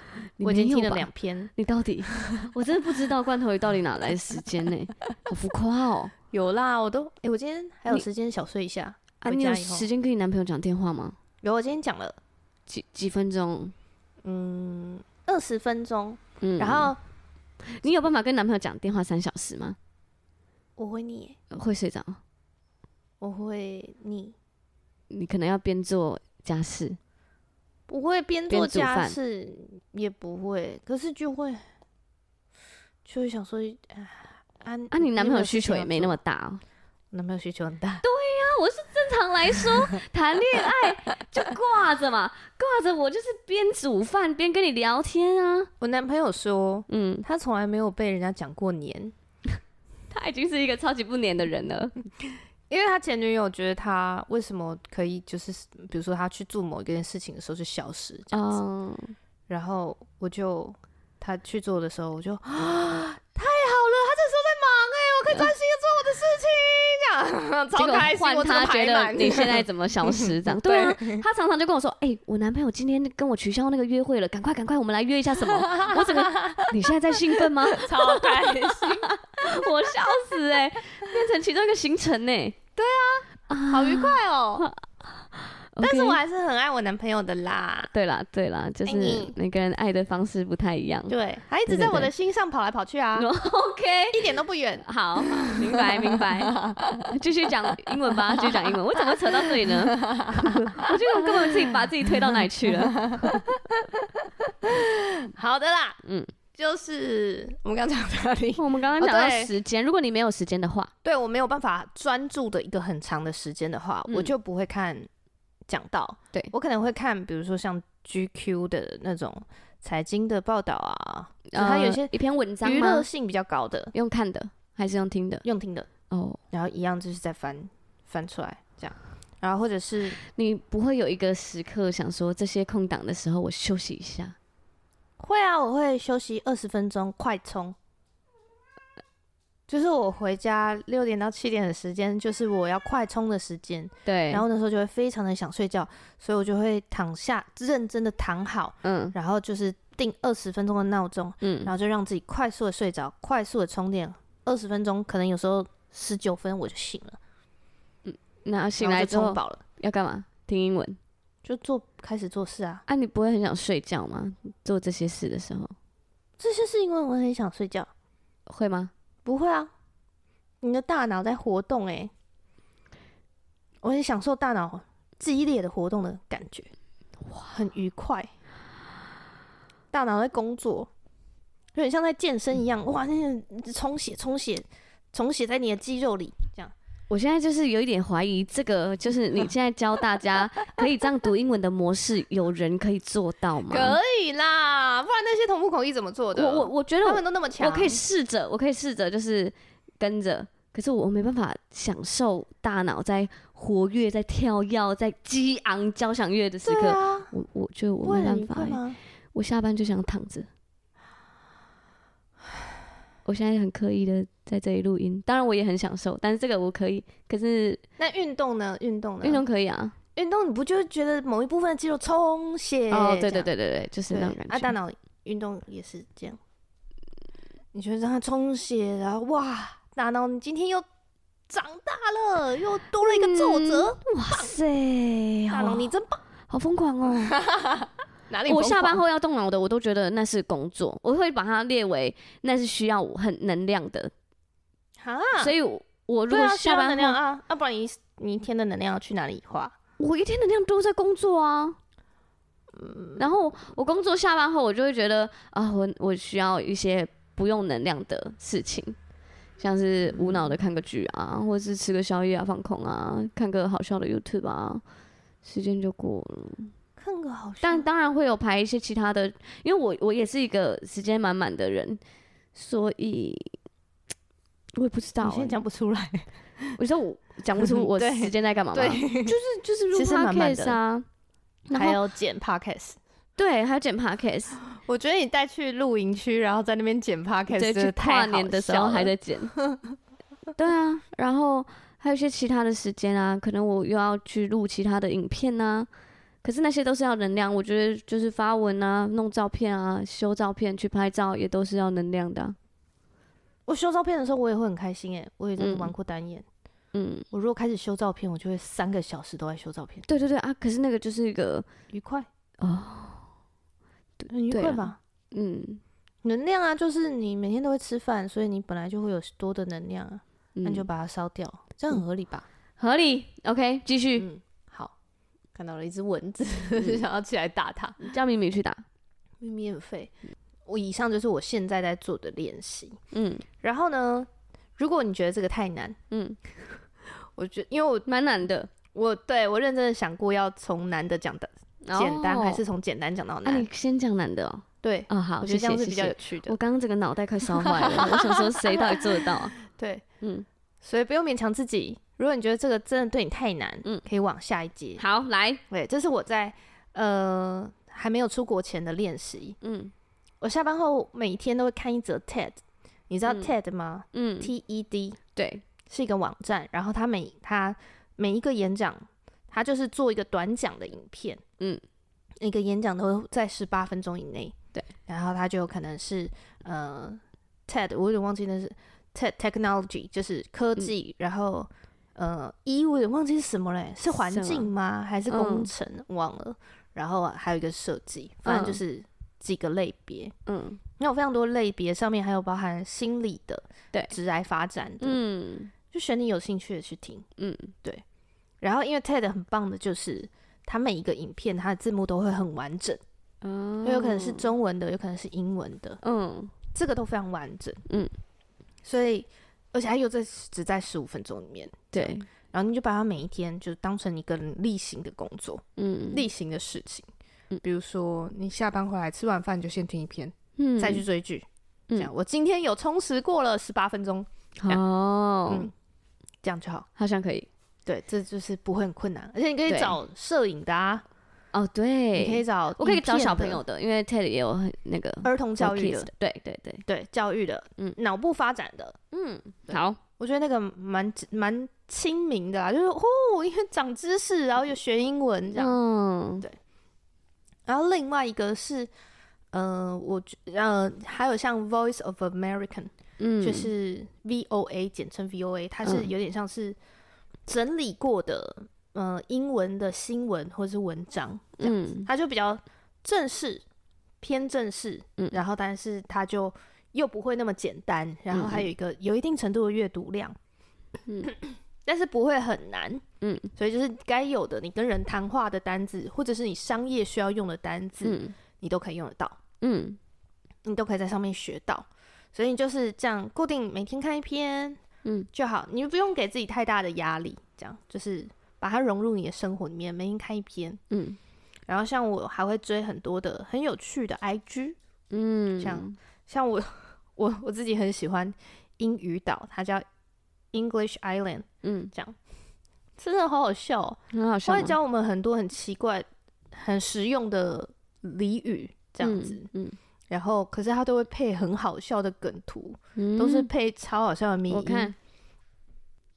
[SPEAKER 2] 你
[SPEAKER 1] 我已经
[SPEAKER 2] 没有
[SPEAKER 1] 听了
[SPEAKER 2] 吧
[SPEAKER 1] 两篇，
[SPEAKER 2] 你到底， 我真的不知道罐头鱼到底哪来的时间呢， 好浮夸哦，
[SPEAKER 1] 有啦，我都哎、我今天还有
[SPEAKER 2] 你
[SPEAKER 1] 时间小睡一下。
[SPEAKER 2] 啊，
[SPEAKER 1] 回
[SPEAKER 2] 你有
[SPEAKER 1] 家以后
[SPEAKER 2] 时间跟你男朋友讲电话吗？
[SPEAKER 1] 有，我今天讲了
[SPEAKER 2] 几几分钟？
[SPEAKER 1] 嗯二十分钟，
[SPEAKER 2] 嗯，
[SPEAKER 1] 然后
[SPEAKER 2] 你有办法跟男朋友讲电话三小时吗？呃
[SPEAKER 1] 我会腻，
[SPEAKER 2] 会睡着？
[SPEAKER 1] 我会腻，
[SPEAKER 2] 你可能要边做家事，
[SPEAKER 1] 不会边
[SPEAKER 2] 边
[SPEAKER 1] 做
[SPEAKER 2] 煮
[SPEAKER 1] 家
[SPEAKER 2] 饭
[SPEAKER 1] 事，也不会，可是就会就会想说，啊啊
[SPEAKER 2] 啊，你男朋友
[SPEAKER 1] 有事
[SPEAKER 2] 需
[SPEAKER 1] 情
[SPEAKER 2] 求
[SPEAKER 1] 要
[SPEAKER 2] 也没那
[SPEAKER 1] 做
[SPEAKER 2] 么大哦。啊
[SPEAKER 1] 男朋友需求很大，
[SPEAKER 2] 正常来说， 谈恋爱就挂着嘛，挂着我就是边煮饭边跟你聊天啊。
[SPEAKER 1] 我男朋友说
[SPEAKER 2] 嗯，
[SPEAKER 1] 他从来没有被人家讲过年，
[SPEAKER 2] 他已经是一个超级不黏的人了。
[SPEAKER 1] 因为他前女友觉得他为什么可以就是比如说他去做某一件事情的时候就消失这样子，
[SPEAKER 2] 嗯，
[SPEAKER 1] 然后我就他去做的时候，我 就啊，太好了，他这时候在忙哎、我可以专心的做我的事情，这样
[SPEAKER 2] 结
[SPEAKER 1] 超
[SPEAKER 2] 果
[SPEAKER 1] 开心，
[SPEAKER 2] 换
[SPEAKER 1] 我整个
[SPEAKER 2] 他觉
[SPEAKER 1] 排
[SPEAKER 2] 得
[SPEAKER 1] 满。
[SPEAKER 2] 你现在怎么消 失 这样？对啊，他常常就跟我说：“哎、我男朋友今天跟我取消那个约会了，赶快赶快，我们来约一下什么？”我 整个，你现在在兴奋吗？
[SPEAKER 1] 超开心，
[SPEAKER 2] 我笑死
[SPEAKER 1] 欸
[SPEAKER 2] 哎、 变成其中一个行程欸呢、
[SPEAKER 1] 好愉快哦！ 但是
[SPEAKER 2] OK
[SPEAKER 1] 我还是很爱我男朋友的啦。
[SPEAKER 2] 对啦对啦，就是
[SPEAKER 1] 爱你
[SPEAKER 2] 每个人爱的方式不太一样。
[SPEAKER 1] 对，他一直
[SPEAKER 2] 哎嗯对对嗯
[SPEAKER 1] 在我的
[SPEAKER 2] 对
[SPEAKER 1] 心上跑来跑去啊，
[SPEAKER 2] OK，
[SPEAKER 1] 一点都不远。
[SPEAKER 2] 好，明白明白， 继续讲英文吧，继续讲英文。我怎么扯到这里呢？ 我觉得我根本自己把自己推到哪里去了。
[SPEAKER 1] 好的啦，嗯
[SPEAKER 2] 嗯，
[SPEAKER 1] 就是我们刚讲哪 里？
[SPEAKER 2] 我们刚
[SPEAKER 1] 哦
[SPEAKER 2] 刚讲到
[SPEAKER 1] 对
[SPEAKER 2] 时间，如果你没有时间的话，
[SPEAKER 1] 对我没有办法专注的一个很长的时间的话，
[SPEAKER 2] 嗯
[SPEAKER 1] 我就不会看讲到。
[SPEAKER 2] 对
[SPEAKER 1] 我可能会看，比如说像 GQ 的那种财经的报道啊，就它
[SPEAKER 2] 呃
[SPEAKER 1] 有一些
[SPEAKER 2] 一篇文章
[SPEAKER 1] 娱乐
[SPEAKER 2] 吗？
[SPEAKER 1] 性比较高的，
[SPEAKER 2] 用看的还是用听的？
[SPEAKER 1] 用听的，
[SPEAKER 2] 哦，
[SPEAKER 1] 然后一样就是再翻翻出来这样，然后或者是
[SPEAKER 2] 你不会有一个时刻想说这些空档的时候我休息一下？
[SPEAKER 1] 会啊，我会休息二十分钟，快充。就是我回家六点到七点的时间，就是我要快充的时间。
[SPEAKER 2] 对，
[SPEAKER 1] 然后那时候就会非常的想睡觉，所以我就会躺下，认真的躺好，
[SPEAKER 2] 嗯
[SPEAKER 1] 然后就是定二十分钟的闹钟，
[SPEAKER 2] 嗯
[SPEAKER 1] 然后就让自己快速的睡着，快速的充电，二十分钟，可能有时候十九分我就醒了，
[SPEAKER 2] 那醒
[SPEAKER 1] 然后
[SPEAKER 2] 来
[SPEAKER 1] 就
[SPEAKER 2] 之
[SPEAKER 1] 充
[SPEAKER 2] 后
[SPEAKER 1] 饱了，
[SPEAKER 2] 要干嘛？听英文。
[SPEAKER 1] 就做开始做事啊。
[SPEAKER 2] 啊，你不会很想睡觉吗？做这些事的时候
[SPEAKER 1] 这就是因为我很想睡觉，
[SPEAKER 2] 会吗？
[SPEAKER 1] 不会啊，你的大脑在活动哎、我很享受大脑激烈的活动的感觉，哇，很愉快。大脑在工作，有点像在健身一样，哇，那个充血、充血、充血在你的肌肉里，这样。
[SPEAKER 2] 我现在就是有一点怀疑，这个就是你现在教大家可以这样读英文的模式，有人 可以做到吗？
[SPEAKER 1] 以啦，不然那些同步口译怎么做
[SPEAKER 2] 我我我觉得我
[SPEAKER 1] 都那么
[SPEAKER 2] 我可以试着，我可以试着就是跟着，可是我没办法享受大脑在活跃、在跳跃、在激昂交响乐的时
[SPEAKER 1] 对
[SPEAKER 2] 刻。
[SPEAKER 1] 啊，
[SPEAKER 2] 我我觉得
[SPEAKER 1] 不
[SPEAKER 2] 我
[SPEAKER 1] 会
[SPEAKER 2] 没
[SPEAKER 1] 很愉
[SPEAKER 2] 办法
[SPEAKER 1] 快
[SPEAKER 2] 欸、
[SPEAKER 1] 吗？
[SPEAKER 2] 我下班就想躺着。我现在很刻意的在这里录音，当然我也很享受，但是这个我可以，可是
[SPEAKER 1] 那运动呢？运动呢？
[SPEAKER 2] 运动可以啊。
[SPEAKER 1] 运动你不就是觉得某一部分的肌肉充血？
[SPEAKER 2] 哦，
[SPEAKER 1] 这
[SPEAKER 2] 对对
[SPEAKER 1] 样
[SPEAKER 2] 对对对，就是那种
[SPEAKER 1] 对
[SPEAKER 2] 感
[SPEAKER 1] 啊，大
[SPEAKER 2] 觉。
[SPEAKER 1] 脑运动也是这样，你觉得让它充血，然后哇，大脑你今天又长大了，又多了一个皱褶，
[SPEAKER 2] 哇塞，
[SPEAKER 1] 大
[SPEAKER 2] 好
[SPEAKER 1] 脑你真棒。
[SPEAKER 2] 好疯狂哦！
[SPEAKER 1] 哪
[SPEAKER 2] 我下班后要动脑的，我都觉得那是工作，我会把它列为那是需要我很能量的，
[SPEAKER 1] 啊，
[SPEAKER 2] 所
[SPEAKER 1] 以
[SPEAKER 2] 以我我如
[SPEAKER 1] 对
[SPEAKER 2] 果
[SPEAKER 1] 啊，需
[SPEAKER 2] 下
[SPEAKER 1] 要能
[SPEAKER 2] 班
[SPEAKER 1] 量
[SPEAKER 2] 后，
[SPEAKER 1] 啊，啊，不然你你一天的能量要去哪里花？
[SPEAKER 2] 我一天能量都在工作啊。
[SPEAKER 1] 嗯
[SPEAKER 2] 然后我工作下班后，我就会觉得啊，我我需要一些不用能量的事情，像是
[SPEAKER 1] 嗯
[SPEAKER 2] 无脑的看个剧啊，或者是吃个宵夜啊，放空啊，看个好笑的 YouTube 啊，时间就过了。
[SPEAKER 1] 看个好像，
[SPEAKER 2] 但当然会有排一些其他的，因为我我也是一个时间满满的人，所以我也不知道
[SPEAKER 1] 你
[SPEAKER 2] 欸、
[SPEAKER 1] 现在讲不出来，
[SPEAKER 2] 我说 我讲不出我
[SPEAKER 1] 对
[SPEAKER 2] 时间在干嘛嘛，
[SPEAKER 1] 对，
[SPEAKER 2] 就是录
[SPEAKER 1] 其实满满
[SPEAKER 2] podcast
[SPEAKER 1] 的
[SPEAKER 2] 啊，然
[SPEAKER 1] 还
[SPEAKER 2] 后
[SPEAKER 1] 有剪 podcast。
[SPEAKER 2] 对，还有剪 podcast，
[SPEAKER 1] 我觉得你带去露营区，然后在那边剪 podcast，
[SPEAKER 2] 对，
[SPEAKER 1] 真
[SPEAKER 2] 去
[SPEAKER 1] 的太
[SPEAKER 2] 跨
[SPEAKER 1] 好
[SPEAKER 2] 年的时
[SPEAKER 1] 笑
[SPEAKER 2] 候还
[SPEAKER 1] 了
[SPEAKER 2] 在剪， 对啊，然后还有一些其他的时间啊，可能我又要去录其他的影片啊，可是那些都是要能量，我觉得就是发文啊、弄照片啊、修照片、去拍照也都是要能量的啊、
[SPEAKER 1] 我修照片的时候，我也会很开心哎、我也在
[SPEAKER 2] 嗯
[SPEAKER 1] 玩过单眼。
[SPEAKER 2] 嗯。
[SPEAKER 1] 我如果开始修照片，我就会三个小时都在修照片，
[SPEAKER 2] 对对对啊，可是那个就是一个
[SPEAKER 1] 愉快，
[SPEAKER 2] 哦，
[SPEAKER 1] 很愉
[SPEAKER 2] 对
[SPEAKER 1] 快
[SPEAKER 2] 啊
[SPEAKER 1] 吧？
[SPEAKER 2] 嗯，
[SPEAKER 1] 能量啊，就是你每天都会吃饭，所以你本来就会有多的能量啊，那
[SPEAKER 2] 那
[SPEAKER 1] 你就把它烧掉，这样很合理吧？
[SPEAKER 2] 嗯合理。OK，继续
[SPEAKER 1] 嗯，好。 嗯看到了一只蚊子，就 想要起来打它，
[SPEAKER 2] 叫米米去打。
[SPEAKER 1] 咪咪很废。我以上就是我现在在做的练习。
[SPEAKER 2] 嗯
[SPEAKER 1] 然后呢，如果你觉得这个太难，
[SPEAKER 2] 嗯，
[SPEAKER 1] 我觉因为我
[SPEAKER 2] 蛮难的，
[SPEAKER 1] 我对我认真的想过要从难的讲的简单，
[SPEAKER 2] 哦
[SPEAKER 1] 还是从简单讲到
[SPEAKER 2] 那
[SPEAKER 1] 难
[SPEAKER 2] 你。先讲难的哦。
[SPEAKER 1] 对，
[SPEAKER 2] 哦，好，
[SPEAKER 1] 我觉得这
[SPEAKER 2] 谢谢
[SPEAKER 1] 样是
[SPEAKER 2] 谢
[SPEAKER 1] 比较有
[SPEAKER 2] 谢。
[SPEAKER 1] 趣的
[SPEAKER 2] 我。刚刚整个脑袋快烧坏了，我想说谁到底做得到啊？
[SPEAKER 1] 对，
[SPEAKER 2] 嗯，
[SPEAKER 1] 所以不用勉强自己。如果你觉得这个真的对你太难，
[SPEAKER 2] 嗯
[SPEAKER 1] 可以往下一节。
[SPEAKER 2] 好，来，
[SPEAKER 1] 对，这是我在呃还没有出国前的练习。
[SPEAKER 2] 嗯
[SPEAKER 1] 我下班后每天都会看一则 TED，你知道
[SPEAKER 2] 嗯
[SPEAKER 1] TED 吗、
[SPEAKER 2] 嗯，
[SPEAKER 1] t E D
[SPEAKER 2] 对，
[SPEAKER 1] 是一个网站，然后它每它每一个演讲，它就是做一个短讲的影片，
[SPEAKER 2] 嗯，
[SPEAKER 1] 一个演讲都在十八分钟以内，
[SPEAKER 2] 对，
[SPEAKER 1] 然后它就有可能是呃 TED，我有点忘记那是 TED Technology，就是科
[SPEAKER 2] 嗯
[SPEAKER 1] 技，然后呃一我有点忘记是什么嘞，是环
[SPEAKER 2] 什么
[SPEAKER 1] 境吗？还是工
[SPEAKER 2] 嗯
[SPEAKER 1] 程？忘了，然后还有一个设计，反正就
[SPEAKER 2] 嗯
[SPEAKER 1] 是几个类别，
[SPEAKER 2] 嗯
[SPEAKER 1] 那有非常多类别，上面还有包含心理的，
[SPEAKER 2] 对
[SPEAKER 1] 职癌发展的，
[SPEAKER 2] 嗯
[SPEAKER 1] 就选你有兴趣的去听。
[SPEAKER 2] 嗯，
[SPEAKER 1] 然后因为 TED 很棒的就是，它每一个影片它的字幕都会很完整，
[SPEAKER 2] 哦
[SPEAKER 1] 就有可能是中文的，有可能是英文的，
[SPEAKER 2] 嗯
[SPEAKER 1] 这个都非常完整。
[SPEAKER 2] 嗯，
[SPEAKER 1] 所以而且还有这只在十五分钟里面，
[SPEAKER 2] 对，
[SPEAKER 1] 然后你就把它每一天就当成一个例行的工作、
[SPEAKER 2] 嗯
[SPEAKER 1] 例行的事情
[SPEAKER 2] 嗯。
[SPEAKER 1] 比如说，你下班回来吃完饭就先听一篇，
[SPEAKER 2] 嗯
[SPEAKER 1] 再去追剧。这
[SPEAKER 2] 嗯
[SPEAKER 1] 样，我今天有充实过了十八分钟，
[SPEAKER 2] 哦，
[SPEAKER 1] 嗯，这样就好。
[SPEAKER 2] 好像可以
[SPEAKER 1] 对，这就是不会很困难，而且你可以
[SPEAKER 2] 对
[SPEAKER 1] 找摄影的啊，
[SPEAKER 2] 哦，对，
[SPEAKER 1] 你可以找，
[SPEAKER 2] 我可以找小朋友、的，因为 TED 也有很那个
[SPEAKER 1] 儿童教育的，
[SPEAKER 2] kids 的，对对对，
[SPEAKER 1] 对教育的，嗯
[SPEAKER 2] 嗯，
[SPEAKER 1] 脑部发展的，
[SPEAKER 2] 嗯，
[SPEAKER 1] 对
[SPEAKER 2] 好，
[SPEAKER 1] 我觉得那个蛮蛮亲民的啊，就是哦，因为长知识，然后又学英文这样。
[SPEAKER 2] 嗯
[SPEAKER 1] 然后另外一个是，呃，我觉呃还有像 Voice of American，
[SPEAKER 2] 嗯
[SPEAKER 1] 就是 VOA，简称 VOA，它是
[SPEAKER 2] 嗯
[SPEAKER 1] 有点像是整理过的，呃英文的新闻或者是文章，
[SPEAKER 2] 嗯
[SPEAKER 1] 它就比较正式，偏正式，
[SPEAKER 2] 嗯
[SPEAKER 1] 然后但是它就又不会那么简单，然后
[SPEAKER 2] 嗯
[SPEAKER 1] 还有一个有一定程度的阅读量，
[SPEAKER 2] 嗯
[SPEAKER 1] 但是不会很难，
[SPEAKER 2] 嗯
[SPEAKER 1] 所以就是该有的你跟人谈话的单字，或者是你商业需要用的单字，
[SPEAKER 2] 嗯
[SPEAKER 1] 你都可以用得到。
[SPEAKER 2] 嗯
[SPEAKER 1] 你都可以在上面学到。所以你就是这样固定每天看一篇，
[SPEAKER 2] 嗯
[SPEAKER 1] 就好，你就不用给自己太大的压力，这样就是把它融入你的生活里面，每天看一篇。
[SPEAKER 2] 嗯
[SPEAKER 1] 然后像我还会追很多的很有趣的 IG，
[SPEAKER 2] 嗯，
[SPEAKER 1] 这样像我 我我自己很喜欢英语岛，它叫 English Island，
[SPEAKER 2] 嗯，
[SPEAKER 1] 这样真的好好笑、哦，
[SPEAKER 2] 很好
[SPEAKER 1] 它
[SPEAKER 2] 笑
[SPEAKER 1] 会
[SPEAKER 2] 吗，
[SPEAKER 1] 教我们很多很奇怪、很实用的俚语，这样子。
[SPEAKER 2] 嗯，
[SPEAKER 1] 然后可是它都会配很好笑的梗图，
[SPEAKER 2] 嗯，
[SPEAKER 1] 都是
[SPEAKER 2] 嗯
[SPEAKER 1] 配超好笑的迷音。
[SPEAKER 2] 我看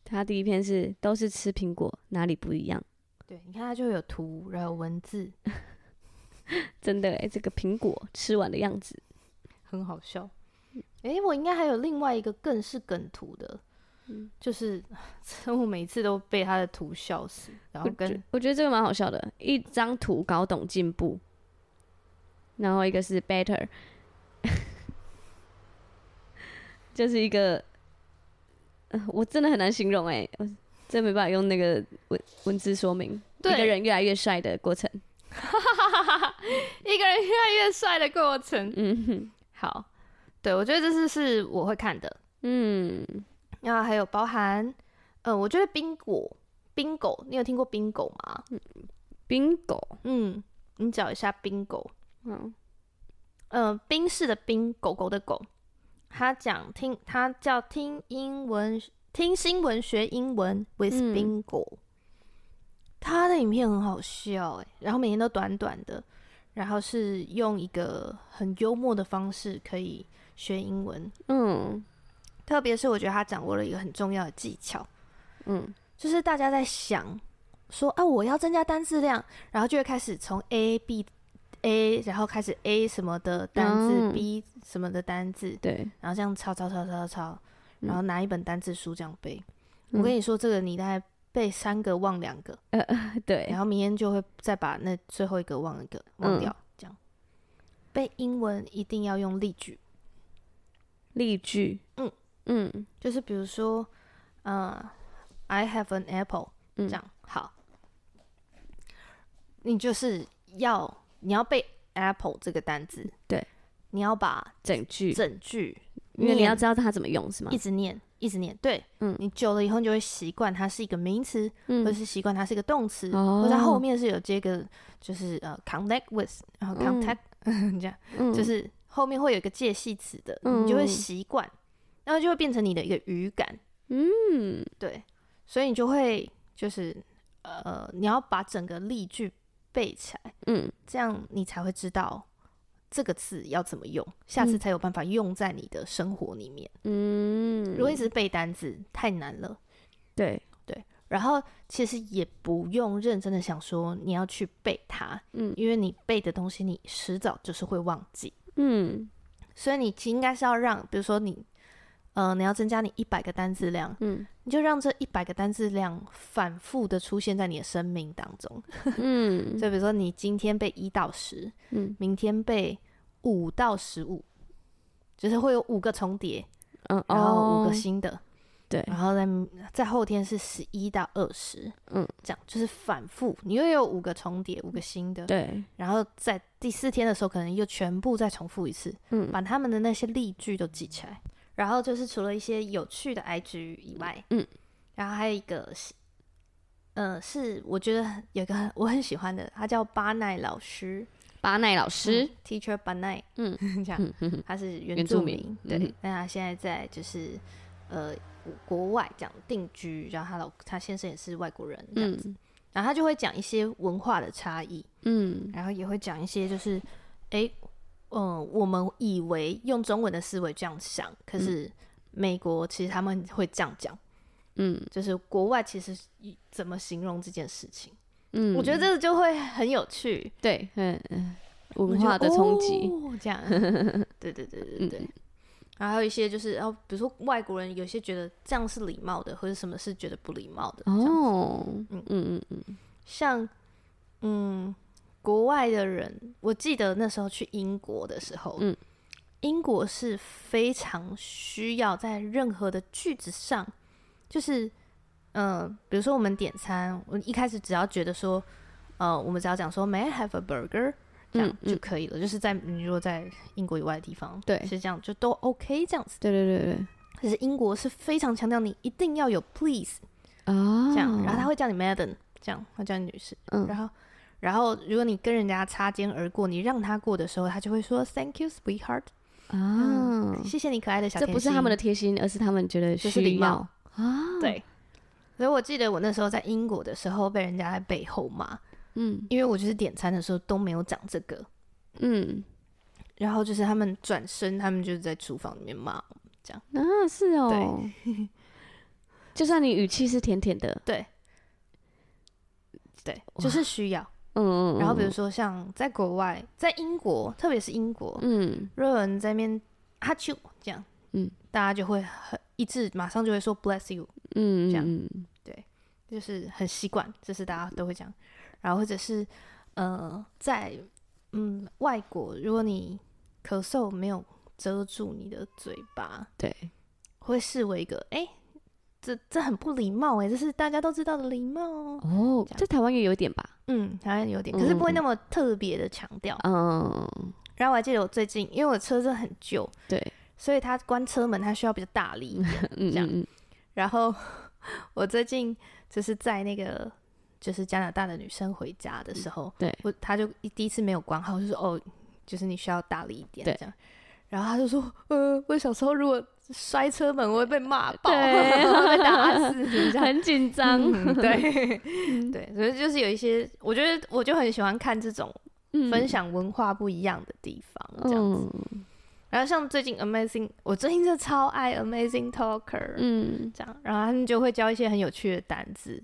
[SPEAKER 2] 他第一篇是都是吃苹果，哪里不一样？
[SPEAKER 1] 对，你看它就有图，然后有文字，
[SPEAKER 2] 真的哎、这个苹果吃完的样子，
[SPEAKER 1] 很好笑。诶，我应该还有另外一个更是梗图的，
[SPEAKER 2] 嗯
[SPEAKER 1] 就是 我每次都被他的图笑死，然
[SPEAKER 2] 我
[SPEAKER 1] 后
[SPEAKER 2] 觉
[SPEAKER 1] 跟
[SPEAKER 2] 我觉得这个蛮好笑的，一张图搞懂进步，然后一个是 better，就是一个，呃我真的很难形容哎、我真没办法用那个文文字说明，
[SPEAKER 1] 对
[SPEAKER 2] 一个人越来越帅的过程，
[SPEAKER 1] 一个人越来越帅的过程。
[SPEAKER 2] 嗯哼
[SPEAKER 1] 好，对我觉得这是是我会看的，
[SPEAKER 2] 嗯，
[SPEAKER 1] 然后还有包含，呃，我觉得冰果。冰狗，你有听过冰狗吗？
[SPEAKER 2] 冰狗，
[SPEAKER 1] 嗯，你找一下冰狗，
[SPEAKER 2] 嗯
[SPEAKER 1] 呃，冰室的冰，狗狗的狗，他讲听，他叫听英文，听新闻学英文 with
[SPEAKER 2] 嗯
[SPEAKER 1] 冰狗、他的影片很好笑哎、然后每天都短短的，然后是用一个很幽默的方式可以学英文，
[SPEAKER 2] 嗯
[SPEAKER 1] 特别是我觉得他掌握了一个很重要的技巧，
[SPEAKER 2] 嗯
[SPEAKER 1] 就是大家在想说啊，我要增加单字量，然后就会开始从 A B A，然后开始 A 什么的单字、
[SPEAKER 2] 嗯
[SPEAKER 1] B 什么的单字，
[SPEAKER 2] 对，
[SPEAKER 1] 然后这样抄抄抄抄抄，
[SPEAKER 2] 嗯
[SPEAKER 1] 然后拿一本单字书这样背。
[SPEAKER 2] 嗯
[SPEAKER 1] 我跟你说，这个你大概背三个忘两个，
[SPEAKER 2] 对
[SPEAKER 1] 然，后明天就会再把那最后一个忘一个
[SPEAKER 2] 嗯
[SPEAKER 1] 忘掉，这样。背英文一定要用例句，
[SPEAKER 2] 例句，
[SPEAKER 1] 嗯
[SPEAKER 2] 嗯
[SPEAKER 1] 就是比如说，呃，I have an apple，
[SPEAKER 2] 嗯
[SPEAKER 1] 这样好。你就是要你要背 apple 这个单字，
[SPEAKER 2] 对，
[SPEAKER 1] 你要把
[SPEAKER 2] 整句，
[SPEAKER 1] 整句
[SPEAKER 2] 因为你要
[SPEAKER 1] 念
[SPEAKER 2] 知道它怎么用是吗
[SPEAKER 1] 一？直念，一直念，对，
[SPEAKER 2] 嗯
[SPEAKER 1] 你久了以后你就会习惯它是一个名词，或者
[SPEAKER 2] 嗯
[SPEAKER 1] 是习惯它是一个动词，
[SPEAKER 2] 哦
[SPEAKER 1] 或者它后面是有接个就是呃 connect with，然后 contact、这 样，
[SPEAKER 2] 嗯
[SPEAKER 1] 就是后面会有一个介系词的，你就
[SPEAKER 2] 嗯
[SPEAKER 1] 会习惯，然后就会变成你的一个语感，
[SPEAKER 2] 嗯
[SPEAKER 1] 对，所以你就会就是呃，你要把整个例句背起来，
[SPEAKER 2] 嗯。
[SPEAKER 1] 这样你才会知道这个字要怎么用，下次
[SPEAKER 2] 嗯
[SPEAKER 1] 才有办法用在你的生活里面。
[SPEAKER 2] 嗯，
[SPEAKER 1] 如果一直背单字，太难了。
[SPEAKER 2] 对，
[SPEAKER 1] 然后其实也不用认真的想说你要去背它，
[SPEAKER 2] 嗯
[SPEAKER 1] 因为你背的东西你迟早就是会忘记，
[SPEAKER 2] 嗯
[SPEAKER 1] 所以你其实应该是要让，比如说你，呃，你要增加你一百个单字量，
[SPEAKER 2] 嗯
[SPEAKER 1] 你就让这一百个单字量反复的出现在你的生命当中。
[SPEAKER 2] 嗯
[SPEAKER 1] 就比如说你今天背一到十，
[SPEAKER 2] 嗯
[SPEAKER 1] 明天背五到十五，就是会有五个重叠，
[SPEAKER 2] 嗯，
[SPEAKER 1] 然后五
[SPEAKER 2] 哦
[SPEAKER 1] 个嗯新的，
[SPEAKER 2] 对，
[SPEAKER 1] 然后在在后天是十一到二十，
[SPEAKER 2] 嗯，
[SPEAKER 1] 这样就是反复，你又有五个重叠，五个新的，
[SPEAKER 2] 对，
[SPEAKER 1] 然后在第四天的时候，可能又全部再重复一次，
[SPEAKER 2] 嗯
[SPEAKER 1] 把他们的那些例句都记起来。然后就是除了一些有趣的 IG 以外，
[SPEAKER 2] 嗯，
[SPEAKER 1] 然后还有一个是，呃，是我觉得有一个很我很喜欢的，他叫巴奈老师，嗯
[SPEAKER 2] 巴奈老师，
[SPEAKER 1] Teacher b a n a i
[SPEAKER 2] 嗯，
[SPEAKER 1] 这样，
[SPEAKER 2] 嗯哼哼
[SPEAKER 1] 他是原
[SPEAKER 2] 原
[SPEAKER 1] 住
[SPEAKER 2] 住
[SPEAKER 1] 民，
[SPEAKER 2] 民嗯
[SPEAKER 1] 对
[SPEAKER 2] 哼，
[SPEAKER 1] 那他现在在就是呃国外这样定居，然后她老她先生也是外国人，这样子，
[SPEAKER 2] 嗯
[SPEAKER 1] 然后他就会讲一些文化的差异，
[SPEAKER 2] 嗯
[SPEAKER 1] 然后也会讲一些就是，诶，嗯、我们以为用中文的思维这样想，可是美国其实他们会这样讲，
[SPEAKER 2] 嗯
[SPEAKER 1] 就是国外其实怎么形容这件事情，
[SPEAKER 2] 嗯，
[SPEAKER 1] 我觉得这个就会很有趣，
[SPEAKER 2] 对，嗯嗯，文
[SPEAKER 1] 我觉
[SPEAKER 2] 化
[SPEAKER 1] 得
[SPEAKER 2] 的冲击，
[SPEAKER 1] 哦、 这样。对对对对
[SPEAKER 2] 嗯
[SPEAKER 1] 对。然后还有一些就是，哦，比如说外国人有些觉得这样是礼貌的，或者什么是觉得不礼貌的。这样，
[SPEAKER 2] 哦，
[SPEAKER 1] 嗯，
[SPEAKER 2] 嗯嗯嗯，
[SPEAKER 1] 像嗯，国外的人，我记得那时候去英国的时候，
[SPEAKER 2] 嗯
[SPEAKER 1] 英国是非常需要在任何的句子上，就是呃，比如说我们点餐，我一开始只要觉得说，呃，我们只要讲说 May I have a burger。这样
[SPEAKER 2] 嗯嗯
[SPEAKER 1] 就可以了，就是在你如果在英国以外的地方，
[SPEAKER 2] 对
[SPEAKER 1] 是这样就都 OK 这样子。
[SPEAKER 2] 对对对对，
[SPEAKER 1] 可是英国是非常强调你一定要有 please
[SPEAKER 2] 哦，
[SPEAKER 1] 这样，然后他会叫你 madam 这样，会叫你女士，
[SPEAKER 2] 嗯
[SPEAKER 1] 然后，然后如果你跟人家擦肩而过，你让他过的时候，他就会说 Thank you, sweetheart，、
[SPEAKER 2] 啊，
[SPEAKER 1] 谢谢你可嗯爱的小
[SPEAKER 2] 这
[SPEAKER 1] 甜心。
[SPEAKER 2] 不是他们的贴心，而是他们觉得
[SPEAKER 1] 这是
[SPEAKER 2] 需
[SPEAKER 1] 礼
[SPEAKER 2] 要
[SPEAKER 1] 貌
[SPEAKER 2] 啊，，
[SPEAKER 1] 对。嗯所以我记得我那时候在英国的时候，被人家在背后骂，
[SPEAKER 2] 嗯
[SPEAKER 1] 因为我就是点餐的时候都没有讲这个，
[SPEAKER 2] 嗯，
[SPEAKER 1] 然后就是他们转身，他们就是在厨房里面骂我。
[SPEAKER 2] 啊是哦， 就算你语气是甜甜的，
[SPEAKER 1] 对，对，就是需要。
[SPEAKER 2] 嗯嗯，
[SPEAKER 1] 然后比如
[SPEAKER 2] 说，
[SPEAKER 1] 说像在国外，在英国，特别是英国，
[SPEAKER 2] 嗯
[SPEAKER 1] 如果有人在面哈啾这样，
[SPEAKER 2] 嗯，
[SPEAKER 1] 大家就会很一致，马上就会说 bless you，
[SPEAKER 2] 嗯
[SPEAKER 1] 这样
[SPEAKER 2] 嗯嗯
[SPEAKER 1] 就是很习惯，这是大家都会讲。然后或者是呃，在嗯外国，如果你咳嗽没有遮住你的嘴巴，
[SPEAKER 2] 对，
[SPEAKER 1] 会视为一个哎、诶这这很不礼貌哎、这是大家都知道的礼貌哦。
[SPEAKER 2] 哦，在台湾也有一点吧，
[SPEAKER 1] 嗯，好像有点，可是不会那么特别的强调。哦
[SPEAKER 2] 嗯，
[SPEAKER 1] 然后我还记得我最近，因为我车子很旧，
[SPEAKER 2] 对，
[SPEAKER 1] 所以它关车门它需要比较大力一点。
[SPEAKER 2] 嗯
[SPEAKER 1] 这样
[SPEAKER 2] 嗯
[SPEAKER 1] 然后 我最近就是在那个就是加拿大的女生回家的时候，
[SPEAKER 2] 对
[SPEAKER 1] 我她就一第一次没有管好，我就说哦，就是你需要大力一点
[SPEAKER 2] 对
[SPEAKER 1] 这样。然后她就说，呃，我小时候如果摔车门，我会被骂爆，
[SPEAKER 2] 对
[SPEAKER 1] 我会被 打死这
[SPEAKER 2] 嗯，
[SPEAKER 1] 样。
[SPEAKER 2] 很嗯紧张，
[SPEAKER 1] 嗯对 对，所以就是有一些，我觉得我就很喜欢看这种 分享文化不一样的地方，这样子。
[SPEAKER 2] 嗯
[SPEAKER 1] 然后像最近 Amazing，我最近就超爱 Amazing Talker，
[SPEAKER 2] 嗯，
[SPEAKER 1] 这样，然后他们就会教一些很有趣的单字。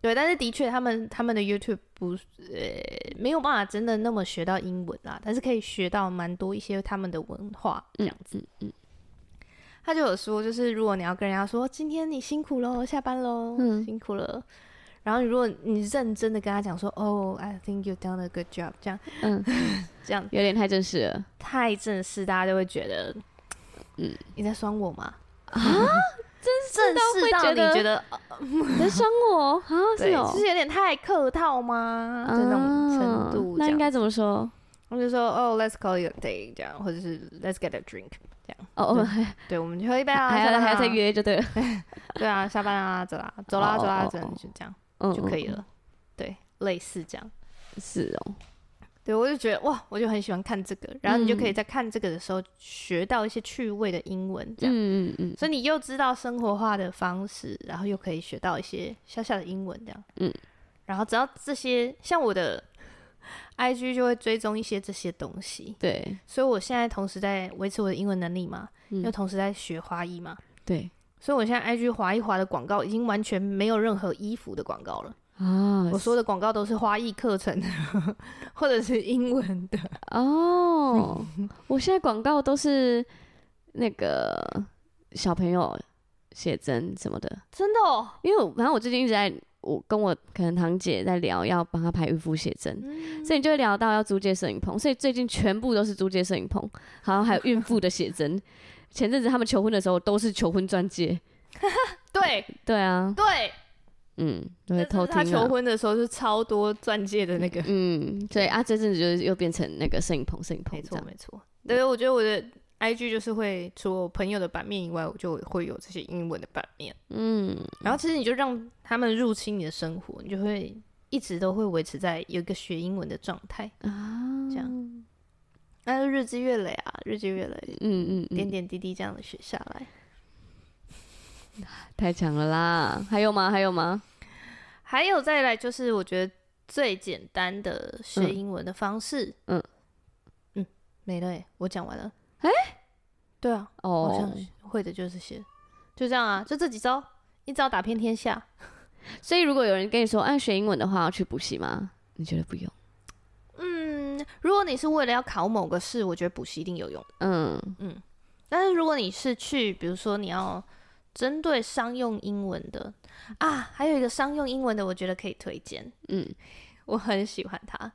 [SPEAKER 1] 对，但是的确，他们他们的 YouTube 不是呃没有办法真的那么学到英文啦，但是可以学到蛮多一些他们的文化这样子。
[SPEAKER 2] 嗯嗯
[SPEAKER 1] 他就有说，就是如果你要跟人家说今天你辛苦喽，下班喽，
[SPEAKER 2] 嗯
[SPEAKER 1] 辛苦了。然后如果你认真的跟他讲说，哦、i think you done a good job，这样，
[SPEAKER 2] 嗯，
[SPEAKER 1] 这样
[SPEAKER 2] 有点太正式了，
[SPEAKER 1] 太正式，大家就会觉得，嗯
[SPEAKER 2] 嗯，啊
[SPEAKER 1] 你在酸我吗？
[SPEAKER 2] 正
[SPEAKER 1] 正式到你觉
[SPEAKER 2] 得
[SPEAKER 1] 得
[SPEAKER 2] 你在伤我啊，是
[SPEAKER 1] 对，
[SPEAKER 2] 哦
[SPEAKER 1] 就。是有点太客套吗？的那种程度
[SPEAKER 2] 啊，那
[SPEAKER 1] 这样。
[SPEAKER 2] 应该怎么说？
[SPEAKER 1] 我们就说哦、l e t s call you a day 这样，或者是 Let's get a drink。
[SPEAKER 2] 哦，我们还
[SPEAKER 1] 对，我们去喝一杯啊，
[SPEAKER 2] 还
[SPEAKER 1] 下
[SPEAKER 2] 要
[SPEAKER 1] 班啊
[SPEAKER 2] 还要再。约就对了，
[SPEAKER 1] 对啊，下班啊，走啦，走啦，
[SPEAKER 2] 哦
[SPEAKER 1] 走啦，
[SPEAKER 2] 哦
[SPEAKER 1] 这
[SPEAKER 2] 哦
[SPEAKER 1] 样就这样
[SPEAKER 2] 嗯
[SPEAKER 1] 就可以
[SPEAKER 2] 嗯
[SPEAKER 1] 了。对，类似这样。
[SPEAKER 2] 嗯是哦，
[SPEAKER 1] 对，我就觉得哇，我就很喜欢看这个，然后你就可以
[SPEAKER 2] 嗯
[SPEAKER 1] 在看这个的时候学到一些趣味的英文，这样，
[SPEAKER 2] 嗯嗯嗯
[SPEAKER 1] 所以你又知道生活化的方式，然后又可以学到一些小小的英文，这样，
[SPEAKER 2] 嗯，
[SPEAKER 1] 然后只要这些，像我的 IG 就会追踪一些这些东西，
[SPEAKER 2] 对
[SPEAKER 1] 所以我现在同时在维持我的英文能力嘛，
[SPEAKER 2] 嗯
[SPEAKER 1] 又同时在学花艺嘛，
[SPEAKER 2] 对
[SPEAKER 1] 所以我现在 IG 划一划的广告已经完全没有任何衣服的广告了。
[SPEAKER 2] 啊，
[SPEAKER 1] 我说的广告都是花艺课程的， 或者是英文的。
[SPEAKER 2] 哦，我现在广告都是那个小朋友写真什么的，
[SPEAKER 1] 真的哦，
[SPEAKER 2] 因为我反正我最近一直在我跟我可能堂姐在聊要帮她拍孕妇写真，
[SPEAKER 1] 嗯，
[SPEAKER 2] 所以就会聊到要租借摄影棚，所以最近全部都是租借摄影棚，然后还有孕妇的写真。前阵子他们求婚的时候都是求婚钻戒，
[SPEAKER 1] 对
[SPEAKER 2] 对啊，
[SPEAKER 1] 对，
[SPEAKER 2] 嗯，都会
[SPEAKER 1] 但
[SPEAKER 2] 偷
[SPEAKER 1] 是
[SPEAKER 2] 听、
[SPEAKER 1] 他
[SPEAKER 2] 啊。
[SPEAKER 1] 求婚的时候是超多钻戒的那个，
[SPEAKER 2] 嗯，所以啊，这阵子就是又变成那个摄影棚，摄影棚
[SPEAKER 1] 没
[SPEAKER 2] 这
[SPEAKER 1] 错
[SPEAKER 2] 样。
[SPEAKER 1] 没错。对，我觉得我的 IG 就是会除了我朋友的版面以外，我就会有这些英文的版面。
[SPEAKER 2] 嗯，
[SPEAKER 1] 然后其实你就让他们入侵你的生活，你就会一直都会维持在有一个学英文的状态。
[SPEAKER 2] 啊，
[SPEAKER 1] 这样
[SPEAKER 2] 嗯
[SPEAKER 1] 那就日积月累啊，日积月累，
[SPEAKER 2] 嗯
[SPEAKER 1] 点
[SPEAKER 2] 嗯，
[SPEAKER 1] 点滴滴这样的学下来。
[SPEAKER 2] 太强了啦！还有吗？还有吗？
[SPEAKER 1] 还有再来就是，我觉得最简单的学
[SPEAKER 2] 嗯
[SPEAKER 1] 英文的方式，
[SPEAKER 2] 嗯
[SPEAKER 1] 嗯没了、欸，我讲完了。对啊，好
[SPEAKER 2] 哦
[SPEAKER 1] 像，是会的就是写，就这样啊，就这几招，一招打遍天下。
[SPEAKER 2] 所以如果有人跟你说，哎、学英文的话要去补习吗？你觉得不用？
[SPEAKER 1] 嗯，如果你是为了要考某个试，我觉得补习一定有用。
[SPEAKER 2] 嗯
[SPEAKER 1] 但是如果你是去，比如说你要针对商用英文的啊，还有一个商用英文的，我觉得可以推荐，
[SPEAKER 2] 嗯，
[SPEAKER 1] 我很喜欢她。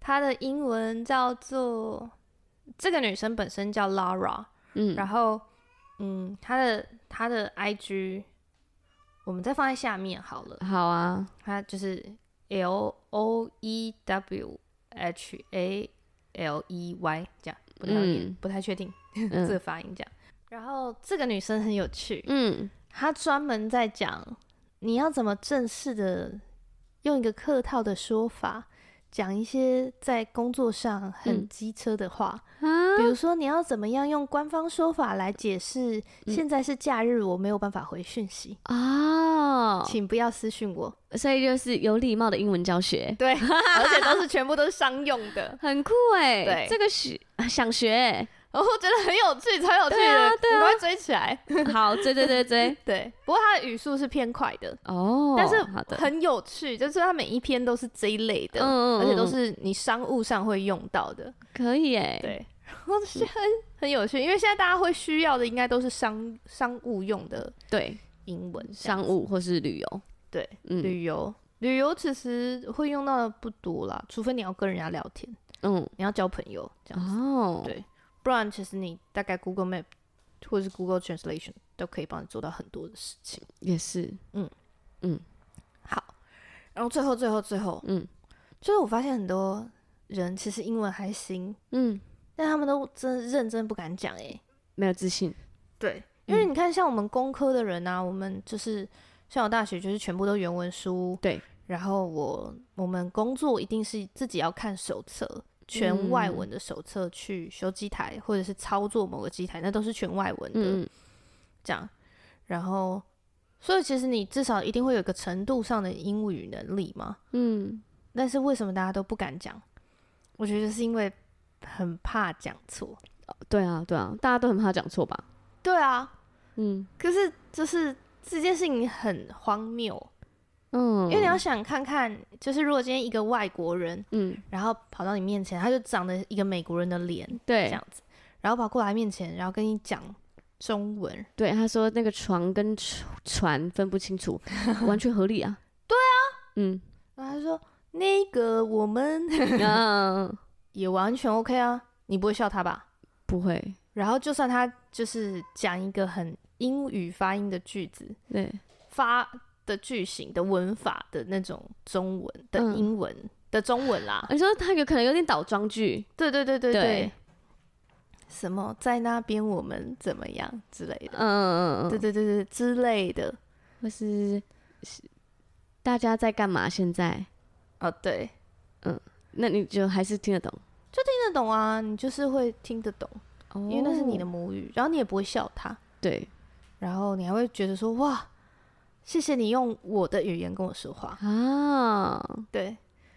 [SPEAKER 1] 她的英文叫做这个女生本身叫 Lara，
[SPEAKER 2] 嗯，
[SPEAKER 1] 然后嗯，她的她的 IG 我们再放在下面好了，
[SPEAKER 2] 好啊，
[SPEAKER 1] 她就是 L O E W H A L E Y 这样，不太、
[SPEAKER 2] 嗯
[SPEAKER 1] 不太确定 这
[SPEAKER 2] 嗯
[SPEAKER 1] 个发音这样。然后这个女生很有趣，
[SPEAKER 2] 嗯，
[SPEAKER 1] 他专门在讲你要怎么正式的用一个客套的说法，讲一些在工作上很
[SPEAKER 2] 嗯
[SPEAKER 1] 机车的话，
[SPEAKER 2] 啊，
[SPEAKER 1] 比如说你要怎么样用官方说法来解释，
[SPEAKER 2] 嗯
[SPEAKER 1] 现在是假日，我没有办法回讯息，
[SPEAKER 2] 哦，
[SPEAKER 1] 请不要私讯我。
[SPEAKER 2] 所以就是有礼貌的英文教学，
[SPEAKER 1] 对，而且都是全部都是商用的，
[SPEAKER 2] 很酷哎、
[SPEAKER 1] 对
[SPEAKER 2] 这个学啊想学欸、
[SPEAKER 1] 然后我觉得很有趣，超有趣的，
[SPEAKER 2] 对啊对啊
[SPEAKER 1] 你赶快追起来。
[SPEAKER 2] 好，追追追 追，
[SPEAKER 1] 对，不过他的语速是偏快的，
[SPEAKER 2] 哦，
[SPEAKER 1] 但是
[SPEAKER 2] 好的，
[SPEAKER 1] 很有趣，就是他每一篇都是这一类的。
[SPEAKER 2] 嗯
[SPEAKER 1] 而且都是你商务上会用到的。
[SPEAKER 2] 可以哎、，嗯
[SPEAKER 1] 对，然后是很很有趣，因为现在大家会需要的应该都是商商务用的
[SPEAKER 2] 对，
[SPEAKER 1] 英文这样
[SPEAKER 2] 商
[SPEAKER 1] 子，
[SPEAKER 2] 务或是旅游，
[SPEAKER 1] 对
[SPEAKER 2] 嗯
[SPEAKER 1] 旅游。旅游其实会用到的不多啦，除非你要跟人家聊天，
[SPEAKER 2] 嗯，
[SPEAKER 1] 你要交朋友这样子，
[SPEAKER 2] 哦，
[SPEAKER 1] 对不然其实你大概 Google Map 或者是 Google Translation 都可以帮你做到很多的事情。
[SPEAKER 2] 也是，
[SPEAKER 1] 好，然后最后最后最后，
[SPEAKER 2] 嗯
[SPEAKER 1] 就是我发现很多人其实英文还行，
[SPEAKER 2] 嗯，
[SPEAKER 1] 但他们都真的认真不敢讲诶、
[SPEAKER 2] 没有自信，
[SPEAKER 1] 对，因
[SPEAKER 2] 嗯
[SPEAKER 1] 为你看，像我们工科的人啊，我们就是像我大学就是全部都原文书，
[SPEAKER 2] 对。
[SPEAKER 1] 然后我我们工作一定是自己要看手册，全
[SPEAKER 2] 嗯
[SPEAKER 1] 外文的手册去修机台、或者是操作某个机台，那都是全外文的、
[SPEAKER 2] 嗯，
[SPEAKER 1] 这样。然后，所以其实你至少一定会有一个程度上的英语能力嘛。
[SPEAKER 2] 嗯，
[SPEAKER 1] 但是为什么大家都不敢讲？我觉得是因为很怕讲错。
[SPEAKER 2] 对啊，对啊，大家都很怕讲错吧？
[SPEAKER 1] 对啊，
[SPEAKER 2] 嗯
[SPEAKER 1] 可是就是这件事情很荒谬，
[SPEAKER 2] 嗯，
[SPEAKER 1] 因为你要想看看，就是如果今天一个外国人，
[SPEAKER 2] 嗯，
[SPEAKER 1] 然后跑到你面前，他就长得一个美国人的脸这
[SPEAKER 2] 对
[SPEAKER 1] 样子，然后跑过来面前，然后跟你讲中文，
[SPEAKER 2] 对，他说那个床跟船船分不 清楚，完全合理啊。对啊，
[SPEAKER 1] 然后他就说那个我们
[SPEAKER 2] 嗯，啊，
[SPEAKER 1] 也完全 OK 啊，你不会笑他吧？
[SPEAKER 2] 不会，
[SPEAKER 1] 然后就算他就是讲一个很英语发音的句子，
[SPEAKER 2] 对，
[SPEAKER 1] 发的句型的文法的那种中文的
[SPEAKER 2] 嗯
[SPEAKER 1] 英文、的中文啦，
[SPEAKER 2] 你说他有可能有点倒装句，
[SPEAKER 1] 对对对对
[SPEAKER 2] 对
[SPEAKER 1] 对，什么在那边我们怎么样之类的，
[SPEAKER 2] 嗯嗯嗯
[SPEAKER 1] 对
[SPEAKER 2] 嗯，
[SPEAKER 1] 对对对之类的，
[SPEAKER 2] 或是大家在干嘛？现在，
[SPEAKER 1] 哦对，
[SPEAKER 2] 那你就还是听得懂，
[SPEAKER 1] 听得懂啊，你就是会听得懂，因为那是你的
[SPEAKER 2] 哦，
[SPEAKER 1] 母语，然后你也不会笑他，
[SPEAKER 2] 对
[SPEAKER 1] 然后你还会觉得说哇，谢谢你用我的语言跟我说话，
[SPEAKER 2] 啊，
[SPEAKER 1] 对，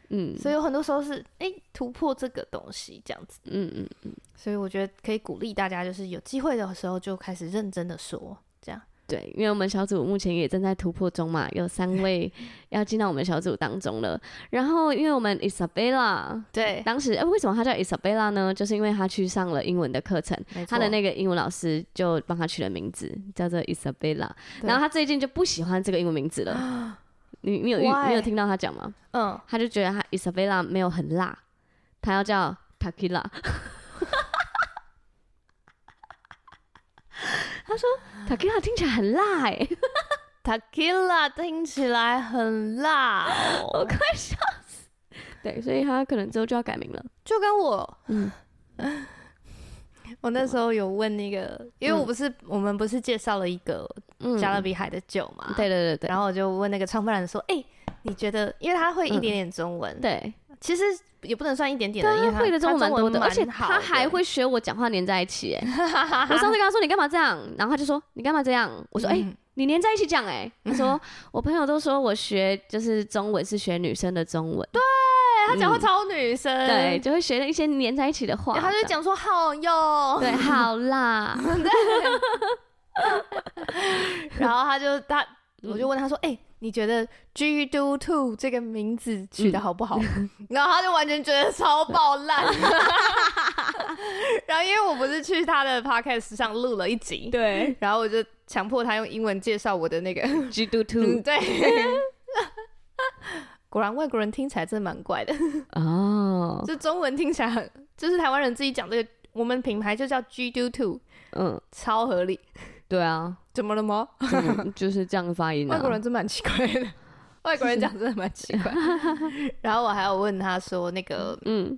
[SPEAKER 2] 嗯，
[SPEAKER 1] 所以有很多时候是哎、诶突破这个东西这样子，
[SPEAKER 2] 嗯嗯，
[SPEAKER 1] 所以我觉得可以鼓励大家，就是有机会的时候就开始认真的说，这样
[SPEAKER 2] 对，因为我们小组目前也正在突破中嘛，有三 位要进到我们小组当中了。然后，因为我们 Isabella
[SPEAKER 1] 对，
[SPEAKER 2] 当时，哎、为什么她叫 Isabella 呢？就是因为她去上了英文的课程，
[SPEAKER 1] 没
[SPEAKER 2] 她
[SPEAKER 1] 错
[SPEAKER 2] 的那个英文老师就帮她取了名字，叫做 Isabella。
[SPEAKER 1] 对
[SPEAKER 2] 然后她最近就不喜欢这个英文名字了。 你你有遇
[SPEAKER 1] Why？
[SPEAKER 2] 你有听到她讲吗？
[SPEAKER 1] 嗯，
[SPEAKER 2] 她就觉得她 Isabella 没有很辣，她要叫 Takila。她说 Takila 听起来很辣哎、
[SPEAKER 1] Tequila 听起来很辣、
[SPEAKER 2] 我
[SPEAKER 1] 哦，
[SPEAKER 2] 快笑死。对，所以他可能之后就要改名了。
[SPEAKER 1] 就跟我，
[SPEAKER 2] 嗯，
[SPEAKER 1] 我那时候有问那个，因为我不是、我们不是介绍了一个
[SPEAKER 2] 嗯
[SPEAKER 1] 加勒比海的酒嘛，
[SPEAKER 2] 对对对对
[SPEAKER 1] 然后我就问那个创办人说，哎、你觉得，因为他会一点点中文，，
[SPEAKER 2] 嗯对，
[SPEAKER 1] 其实也不能算一点点的，因为
[SPEAKER 2] 他
[SPEAKER 1] 他
[SPEAKER 2] 啊会的中文蛮多的，
[SPEAKER 1] 他
[SPEAKER 2] 而且
[SPEAKER 1] 中文蛮好的
[SPEAKER 2] 他还，会学我讲话连在 一起。哎，我上次跟他说你干嘛这样，然后他就说你干嘛这样，我说哎、
[SPEAKER 1] 嗯
[SPEAKER 2] 你连在一起 讲哎、他说我朋友都说我学就是中文是学女生的中文，
[SPEAKER 1] 对他讲话
[SPEAKER 2] 嗯
[SPEAKER 1] 超女生，
[SPEAKER 2] 对，，就会学了一些连在一起的话，
[SPEAKER 1] 然后他就
[SPEAKER 2] 这
[SPEAKER 1] 讲
[SPEAKER 2] 样
[SPEAKER 1] 说好哟，
[SPEAKER 2] 对，好 啦，
[SPEAKER 1] 然后他就他，
[SPEAKER 2] 嗯
[SPEAKER 1] 我就问他说：“哎、你觉得 G Do Two 这个
[SPEAKER 2] 嗯
[SPEAKER 1] 名字取得好不好？”然后他就完全觉得超爆烂，然后因为我不是去他的 podcast 上录了一集，
[SPEAKER 2] 对
[SPEAKER 1] 然后我就强迫他用英文介绍我的那个，
[SPEAKER 2] ，G do
[SPEAKER 1] 嗯，
[SPEAKER 2] two
[SPEAKER 1] 对。果然外国人听起来真的蛮怪的，
[SPEAKER 2] 哦，
[SPEAKER 1] 就中文听起来很，就是台湾人自己讲这个，我们品牌就叫 G Do Two，
[SPEAKER 2] 嗯，
[SPEAKER 1] 超合理。
[SPEAKER 2] 对啊，
[SPEAKER 1] 怎么了吗？
[SPEAKER 2] 嗯就是这样发音啊。
[SPEAKER 1] 外国人真蛮奇怪 的，外国人讲真的蛮奇 怪。然后我还有问他说，那个
[SPEAKER 2] 嗯，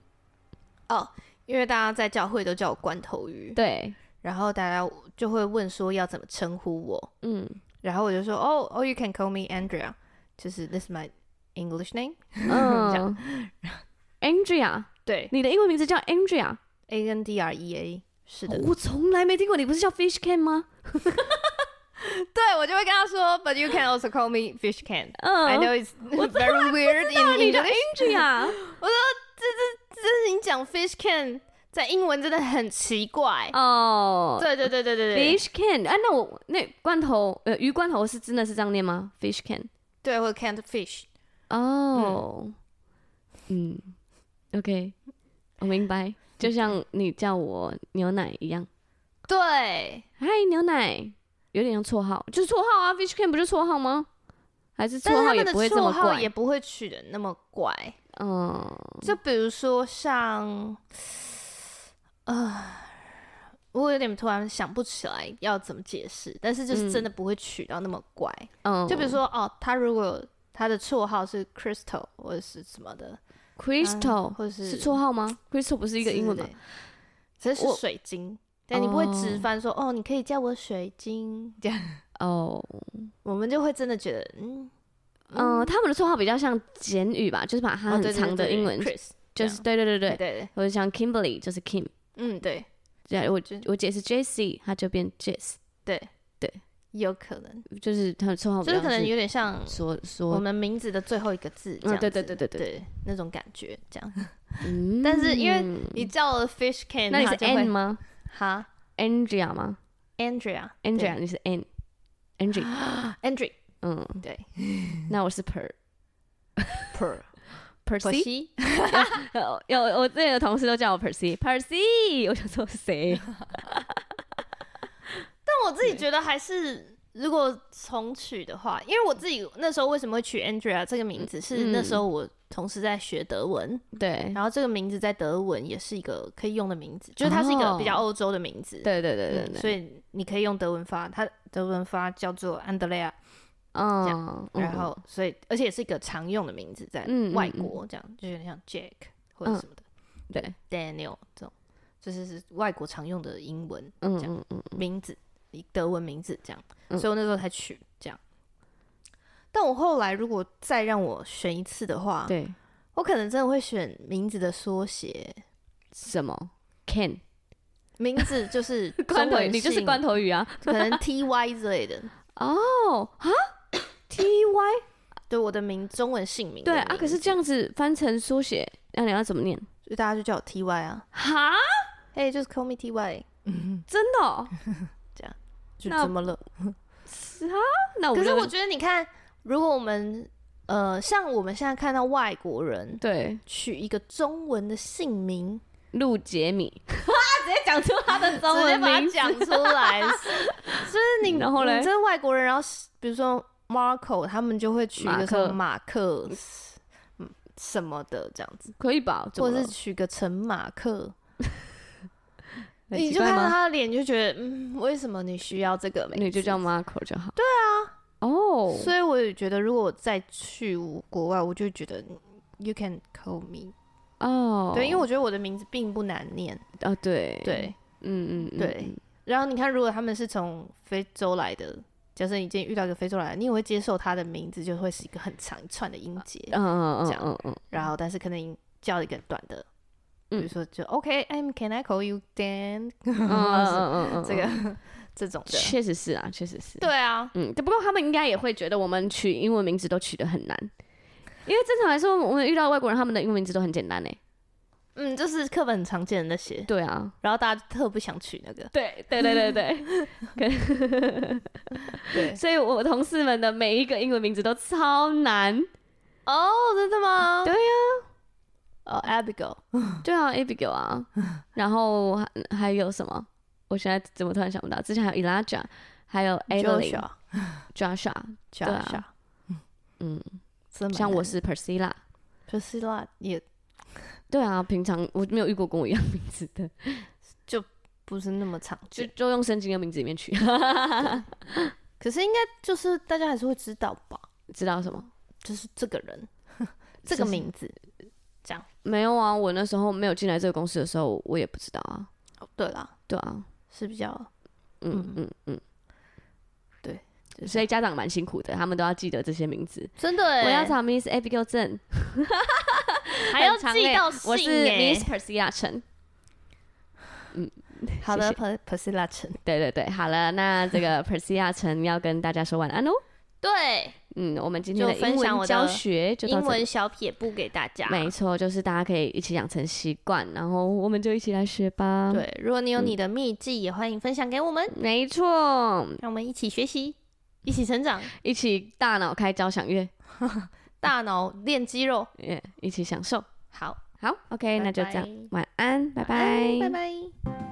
[SPEAKER 1] 哦，因为大家在教会都叫我罐头鱼，
[SPEAKER 2] 对，
[SPEAKER 1] 然后大家就会问说要怎么称呼我，
[SPEAKER 2] 嗯
[SPEAKER 1] 然后我就说哦哦，you can call me Andrea，就是 this is my English name。这
[SPEAKER 2] 嗯
[SPEAKER 1] 样
[SPEAKER 2] ，Andrea，
[SPEAKER 1] 对
[SPEAKER 2] 你的英文名字叫 Andrea，
[SPEAKER 1] ，A N D R E A，是的，
[SPEAKER 2] 我哦从来没听过，你不是叫 Fish Can 吗？
[SPEAKER 1] 对我就会跟他说，but you can also call me fish can。I
[SPEAKER 2] 嗯，
[SPEAKER 1] know it's very weird in
[SPEAKER 2] 你叫
[SPEAKER 1] English，
[SPEAKER 2] Andrea，
[SPEAKER 1] 但是你讲 fish can 在英文真的很奇怪。
[SPEAKER 2] 哦
[SPEAKER 1] 对对对对对对，
[SPEAKER 2] ，Fish Can，哎，那我那罐头，呃，鱼罐头是真的是这样念吗？Fish Can，
[SPEAKER 1] 对，或者 canned fish。
[SPEAKER 2] 哦，嗯，OK，我明白，就像你叫我牛奶一样，
[SPEAKER 1] 对，
[SPEAKER 2] 嗨，牛奶，有点像绰号，就是绰号啊，Fish Can 不就绰号吗？还是
[SPEAKER 1] 但
[SPEAKER 2] 绰
[SPEAKER 1] 是
[SPEAKER 2] 号
[SPEAKER 1] 他
[SPEAKER 2] 也
[SPEAKER 1] 们的
[SPEAKER 2] 不会这
[SPEAKER 1] 绰
[SPEAKER 2] 么
[SPEAKER 1] 号也
[SPEAKER 2] 怪，
[SPEAKER 1] 不会取的那么怪。
[SPEAKER 2] 嗯，
[SPEAKER 1] 就比如说像，呃，我有点突然想不起来要怎么解释，但是就是真的不会取到那么怪。
[SPEAKER 2] 嗯，
[SPEAKER 1] 就比如说哦，他如果他的绰号是 Crystal 或者是什么的，
[SPEAKER 2] Crystal，
[SPEAKER 1] 或者是
[SPEAKER 2] 呃是绰号吗？Crystal 不是一个英文吗
[SPEAKER 1] 之？类？这是
[SPEAKER 2] 我
[SPEAKER 1] 水晶，但你不会
[SPEAKER 2] 哦
[SPEAKER 1] 直翻说哦，你可以叫我水晶这样，
[SPEAKER 2] 哦，
[SPEAKER 1] 我们就会真的觉得嗯，
[SPEAKER 2] 嗯，他们的绰号比较像简语吧，就是把它
[SPEAKER 1] 哦
[SPEAKER 2] 很
[SPEAKER 1] 对对
[SPEAKER 2] 长
[SPEAKER 1] 对
[SPEAKER 2] 的
[SPEAKER 1] 对
[SPEAKER 2] 英文，
[SPEAKER 1] Chris，
[SPEAKER 2] 就是对对对
[SPEAKER 1] 对
[SPEAKER 2] 对，
[SPEAKER 1] 对，
[SPEAKER 2] 或者像 Kimberly 就是 Kim，
[SPEAKER 1] 嗯对
[SPEAKER 2] 这样我
[SPEAKER 1] 就
[SPEAKER 2] 我姐是 Jessie，她就变 Jess，
[SPEAKER 1] 对
[SPEAKER 2] 对，
[SPEAKER 1] 有可能
[SPEAKER 2] 就是她的绰号比
[SPEAKER 1] 就
[SPEAKER 2] 较
[SPEAKER 1] 是
[SPEAKER 2] 是
[SPEAKER 1] 可能有点像
[SPEAKER 2] 说
[SPEAKER 1] 我
[SPEAKER 2] 说，
[SPEAKER 1] 们名字的最后一个字，这
[SPEAKER 2] 嗯
[SPEAKER 1] 样
[SPEAKER 2] 对
[SPEAKER 1] 子、
[SPEAKER 2] 对对对对
[SPEAKER 1] 对那种感觉，这样。
[SPEAKER 2] 嗯
[SPEAKER 1] 但是因为你叫了 Fish Can，
[SPEAKER 2] 那你是
[SPEAKER 1] 它就会
[SPEAKER 2] N 吗
[SPEAKER 1] 哈
[SPEAKER 2] ？Andrea 吗
[SPEAKER 1] Andrea，Andrea，Andrea，
[SPEAKER 2] ？Andrea 你是 N，Andrea，嗯，
[SPEAKER 1] 对
[SPEAKER 2] 那我是 Per
[SPEAKER 1] ，Per
[SPEAKER 2] Percy，
[SPEAKER 1] 西，
[SPEAKER 2] 有哦有我自己的同事都叫我 Percy，Percy，我想 说谁？
[SPEAKER 1] 但我自己觉得还是。如果重取的话，因为我自己那时候为什么会取 Andrea 这个名字，是
[SPEAKER 2] 嗯
[SPEAKER 1] 那时候我同时在学德文，
[SPEAKER 2] 对
[SPEAKER 1] 然后这个名字在德文也是一个可以用的名字，就是它是一
[SPEAKER 2] 哦
[SPEAKER 1] 个比较欧洲的名字，
[SPEAKER 2] 对对对对
[SPEAKER 1] 嗯
[SPEAKER 2] 对，
[SPEAKER 1] 所以你可以用德文发，它德文发叫做 Andrea，这
[SPEAKER 2] 嗯，嗯
[SPEAKER 1] 然后所以而且也是一个常用的名字，在
[SPEAKER 2] 嗯嗯嗯
[SPEAKER 1] 外国这样就有点像 Jack 或者什么的、
[SPEAKER 2] 对，
[SPEAKER 1] Daniel 这种，就是是外国常用的英文
[SPEAKER 2] 嗯
[SPEAKER 1] 这样
[SPEAKER 2] 嗯嗯，
[SPEAKER 1] 名字，德文名字这样，
[SPEAKER 2] 嗯
[SPEAKER 1] 所以我那时候才取这样。但我后来如果再让我选一次的话，
[SPEAKER 2] 对，
[SPEAKER 1] 我可能真的会选名字的缩写，
[SPEAKER 2] 什么 Can
[SPEAKER 1] 名字就是
[SPEAKER 2] 罐
[SPEAKER 1] 中
[SPEAKER 2] 头，
[SPEAKER 1] 文
[SPEAKER 2] 你就是
[SPEAKER 1] 姓
[SPEAKER 2] 罐，头鱼啊？
[SPEAKER 1] 可能 T Y 之类的，
[SPEAKER 2] 哦，哈 T Y
[SPEAKER 1] 对我的名中文姓名的
[SPEAKER 2] 对
[SPEAKER 1] 名字。
[SPEAKER 2] 啊，可是这样子翻成缩写，那你要怎么念？
[SPEAKER 1] 所以大家就叫我 T Y 啊，
[SPEAKER 2] 哈，
[SPEAKER 1] 哎，就是 call me T Y，
[SPEAKER 2] 真的哦？
[SPEAKER 1] 就
[SPEAKER 2] 那哦
[SPEAKER 1] 怎么了？
[SPEAKER 2] 那我
[SPEAKER 1] 可是
[SPEAKER 2] 就
[SPEAKER 1] 我觉得，你看，如果我们呃，像我们现在看到外国人
[SPEAKER 2] 对
[SPEAKER 1] 取一个中文的姓名，
[SPEAKER 2] 陆杰米， 哇，直接讲出他的中
[SPEAKER 1] 直接
[SPEAKER 2] 文
[SPEAKER 1] 把 它
[SPEAKER 2] 名字，
[SPEAKER 1] 讲出来，是就是 你，
[SPEAKER 2] 然后嘞
[SPEAKER 1] 你这是外国人，然后是比如说 Marco，他们就会取一
[SPEAKER 2] 马
[SPEAKER 1] 个
[SPEAKER 2] 克
[SPEAKER 1] 什么马克，嗯什么的这样子，
[SPEAKER 2] 可以吧？怎
[SPEAKER 1] 或
[SPEAKER 2] 么
[SPEAKER 1] 者
[SPEAKER 2] 了
[SPEAKER 1] 是取个陈马克，
[SPEAKER 2] 很
[SPEAKER 1] 你
[SPEAKER 2] 奇
[SPEAKER 1] 就
[SPEAKER 2] 怪
[SPEAKER 1] 看到
[SPEAKER 2] 吗？
[SPEAKER 1] 他的脸，就觉得嗯，为什么你需要这个名字？
[SPEAKER 2] 你就叫 Marco 就好。对啊，哦，
[SPEAKER 1] 所以我也觉得，如果我再去国外，我就觉得 you can call me。
[SPEAKER 2] 哦，
[SPEAKER 1] 对，因为我觉得我的名字并不难念。
[SPEAKER 2] 啊，对，
[SPEAKER 1] 对
[SPEAKER 2] 嗯，嗯嗯，
[SPEAKER 1] 对。然后你看，如果他们是从非洲来的，假设你今天遇到一个非洲来的，你也会接受他的名字，就会是一个很长一串的音节。
[SPEAKER 2] 嗯，嗯
[SPEAKER 1] 这
[SPEAKER 2] 嗯
[SPEAKER 1] 样
[SPEAKER 2] 嗯嗯，
[SPEAKER 1] 然后，但是可能叫一个短的，比
[SPEAKER 2] 嗯
[SPEAKER 1] 如说就 OK，I'm、Can I call you Dan？
[SPEAKER 2] 嗯嗯嗯嗯嗯，
[SPEAKER 1] 这个 这种的。
[SPEAKER 2] 确实是啊，确实是。
[SPEAKER 1] 对啊，
[SPEAKER 2] 嗯，但不过他们应该也会觉得我们取英文名字都取得很难，因为正常来说，我们遇到外国人，他们的英文名字都很简单诶。
[SPEAKER 1] 嗯，就是课本很常见的那些，
[SPEAKER 2] 对啊，
[SPEAKER 1] 然后大家特不想取那个。
[SPEAKER 2] 对对对对 对，
[SPEAKER 1] 对，
[SPEAKER 2] 所以我同事们的每一个英文名字都超难。
[SPEAKER 1] 哦，真的吗？
[SPEAKER 2] 对
[SPEAKER 1] 呀、呃，Abigail，
[SPEAKER 2] 对啊，Abigail 啊，然后还还有什么？我现在怎么突然想不到？之前还有 Elijah，还有 a d e l i n e Joshua，对啊
[SPEAKER 1] Joshua，
[SPEAKER 2] 嗯，
[SPEAKER 1] 真的蛮
[SPEAKER 2] 像我
[SPEAKER 1] 难
[SPEAKER 2] 是 Priscilla，
[SPEAKER 1] Priscilla 也
[SPEAKER 2] 对啊，平常我没有遇过跟我一样名字的，
[SPEAKER 1] 不是那么常
[SPEAKER 2] 就
[SPEAKER 1] 见，
[SPEAKER 2] 就用圣经的名字里面取，
[SPEAKER 1] 可是应该就是大家还是会知道吧，
[SPEAKER 2] 知道什么？
[SPEAKER 1] 就是这个人 这个
[SPEAKER 2] 就是
[SPEAKER 1] 名字。
[SPEAKER 2] 没有啊，我那时候没有进来这个公司的时候，我也不知道啊，
[SPEAKER 1] 哦对啦，
[SPEAKER 2] 对啊，
[SPEAKER 1] 是比较
[SPEAKER 2] 嗯嗯嗯，
[SPEAKER 1] 对，
[SPEAKER 2] 所以家长蛮辛苦的，他们都要记得这些名字。
[SPEAKER 1] 真的、欸
[SPEAKER 2] 我要找 Miss Abigail 郑，
[SPEAKER 1] 还要
[SPEAKER 2] 很长
[SPEAKER 1] 寄
[SPEAKER 2] 欸
[SPEAKER 1] 到信
[SPEAKER 2] 我是
[SPEAKER 1] 耶
[SPEAKER 2] Miss Priscilla 陈。嗯，
[SPEAKER 1] 好的
[SPEAKER 2] 谢谢
[SPEAKER 1] ，Pr Priscilla 陈，
[SPEAKER 2] 对对对，好了，那 这个 Priscilla 陈要跟大家说晚安喽。
[SPEAKER 1] 对，
[SPEAKER 2] 嗯，我们今天
[SPEAKER 1] 就
[SPEAKER 2] 的
[SPEAKER 1] 分
[SPEAKER 2] 英
[SPEAKER 1] 享
[SPEAKER 2] 文
[SPEAKER 1] 我的
[SPEAKER 2] 教学就到
[SPEAKER 1] 英
[SPEAKER 2] 这里。
[SPEAKER 1] 文啊小撇步给大家。
[SPEAKER 2] 没错，就是大家可以一起养成习惯，然后我们就一起来学吧。，
[SPEAKER 1] 对，如果你有你的秘技，也欢迎分享给我们，
[SPEAKER 2] 没错，
[SPEAKER 1] 让我们一起学习，一起成长，
[SPEAKER 2] 一起大脑开交响乐，
[SPEAKER 1] 大脑练肌肉。
[SPEAKER 2] 也一起享受。
[SPEAKER 1] 好，
[SPEAKER 2] 好，OK，那就
[SPEAKER 1] 拜
[SPEAKER 2] 这样
[SPEAKER 1] 拜，
[SPEAKER 2] 晚安，拜
[SPEAKER 1] 晚安
[SPEAKER 2] 拜
[SPEAKER 1] 拜。拜。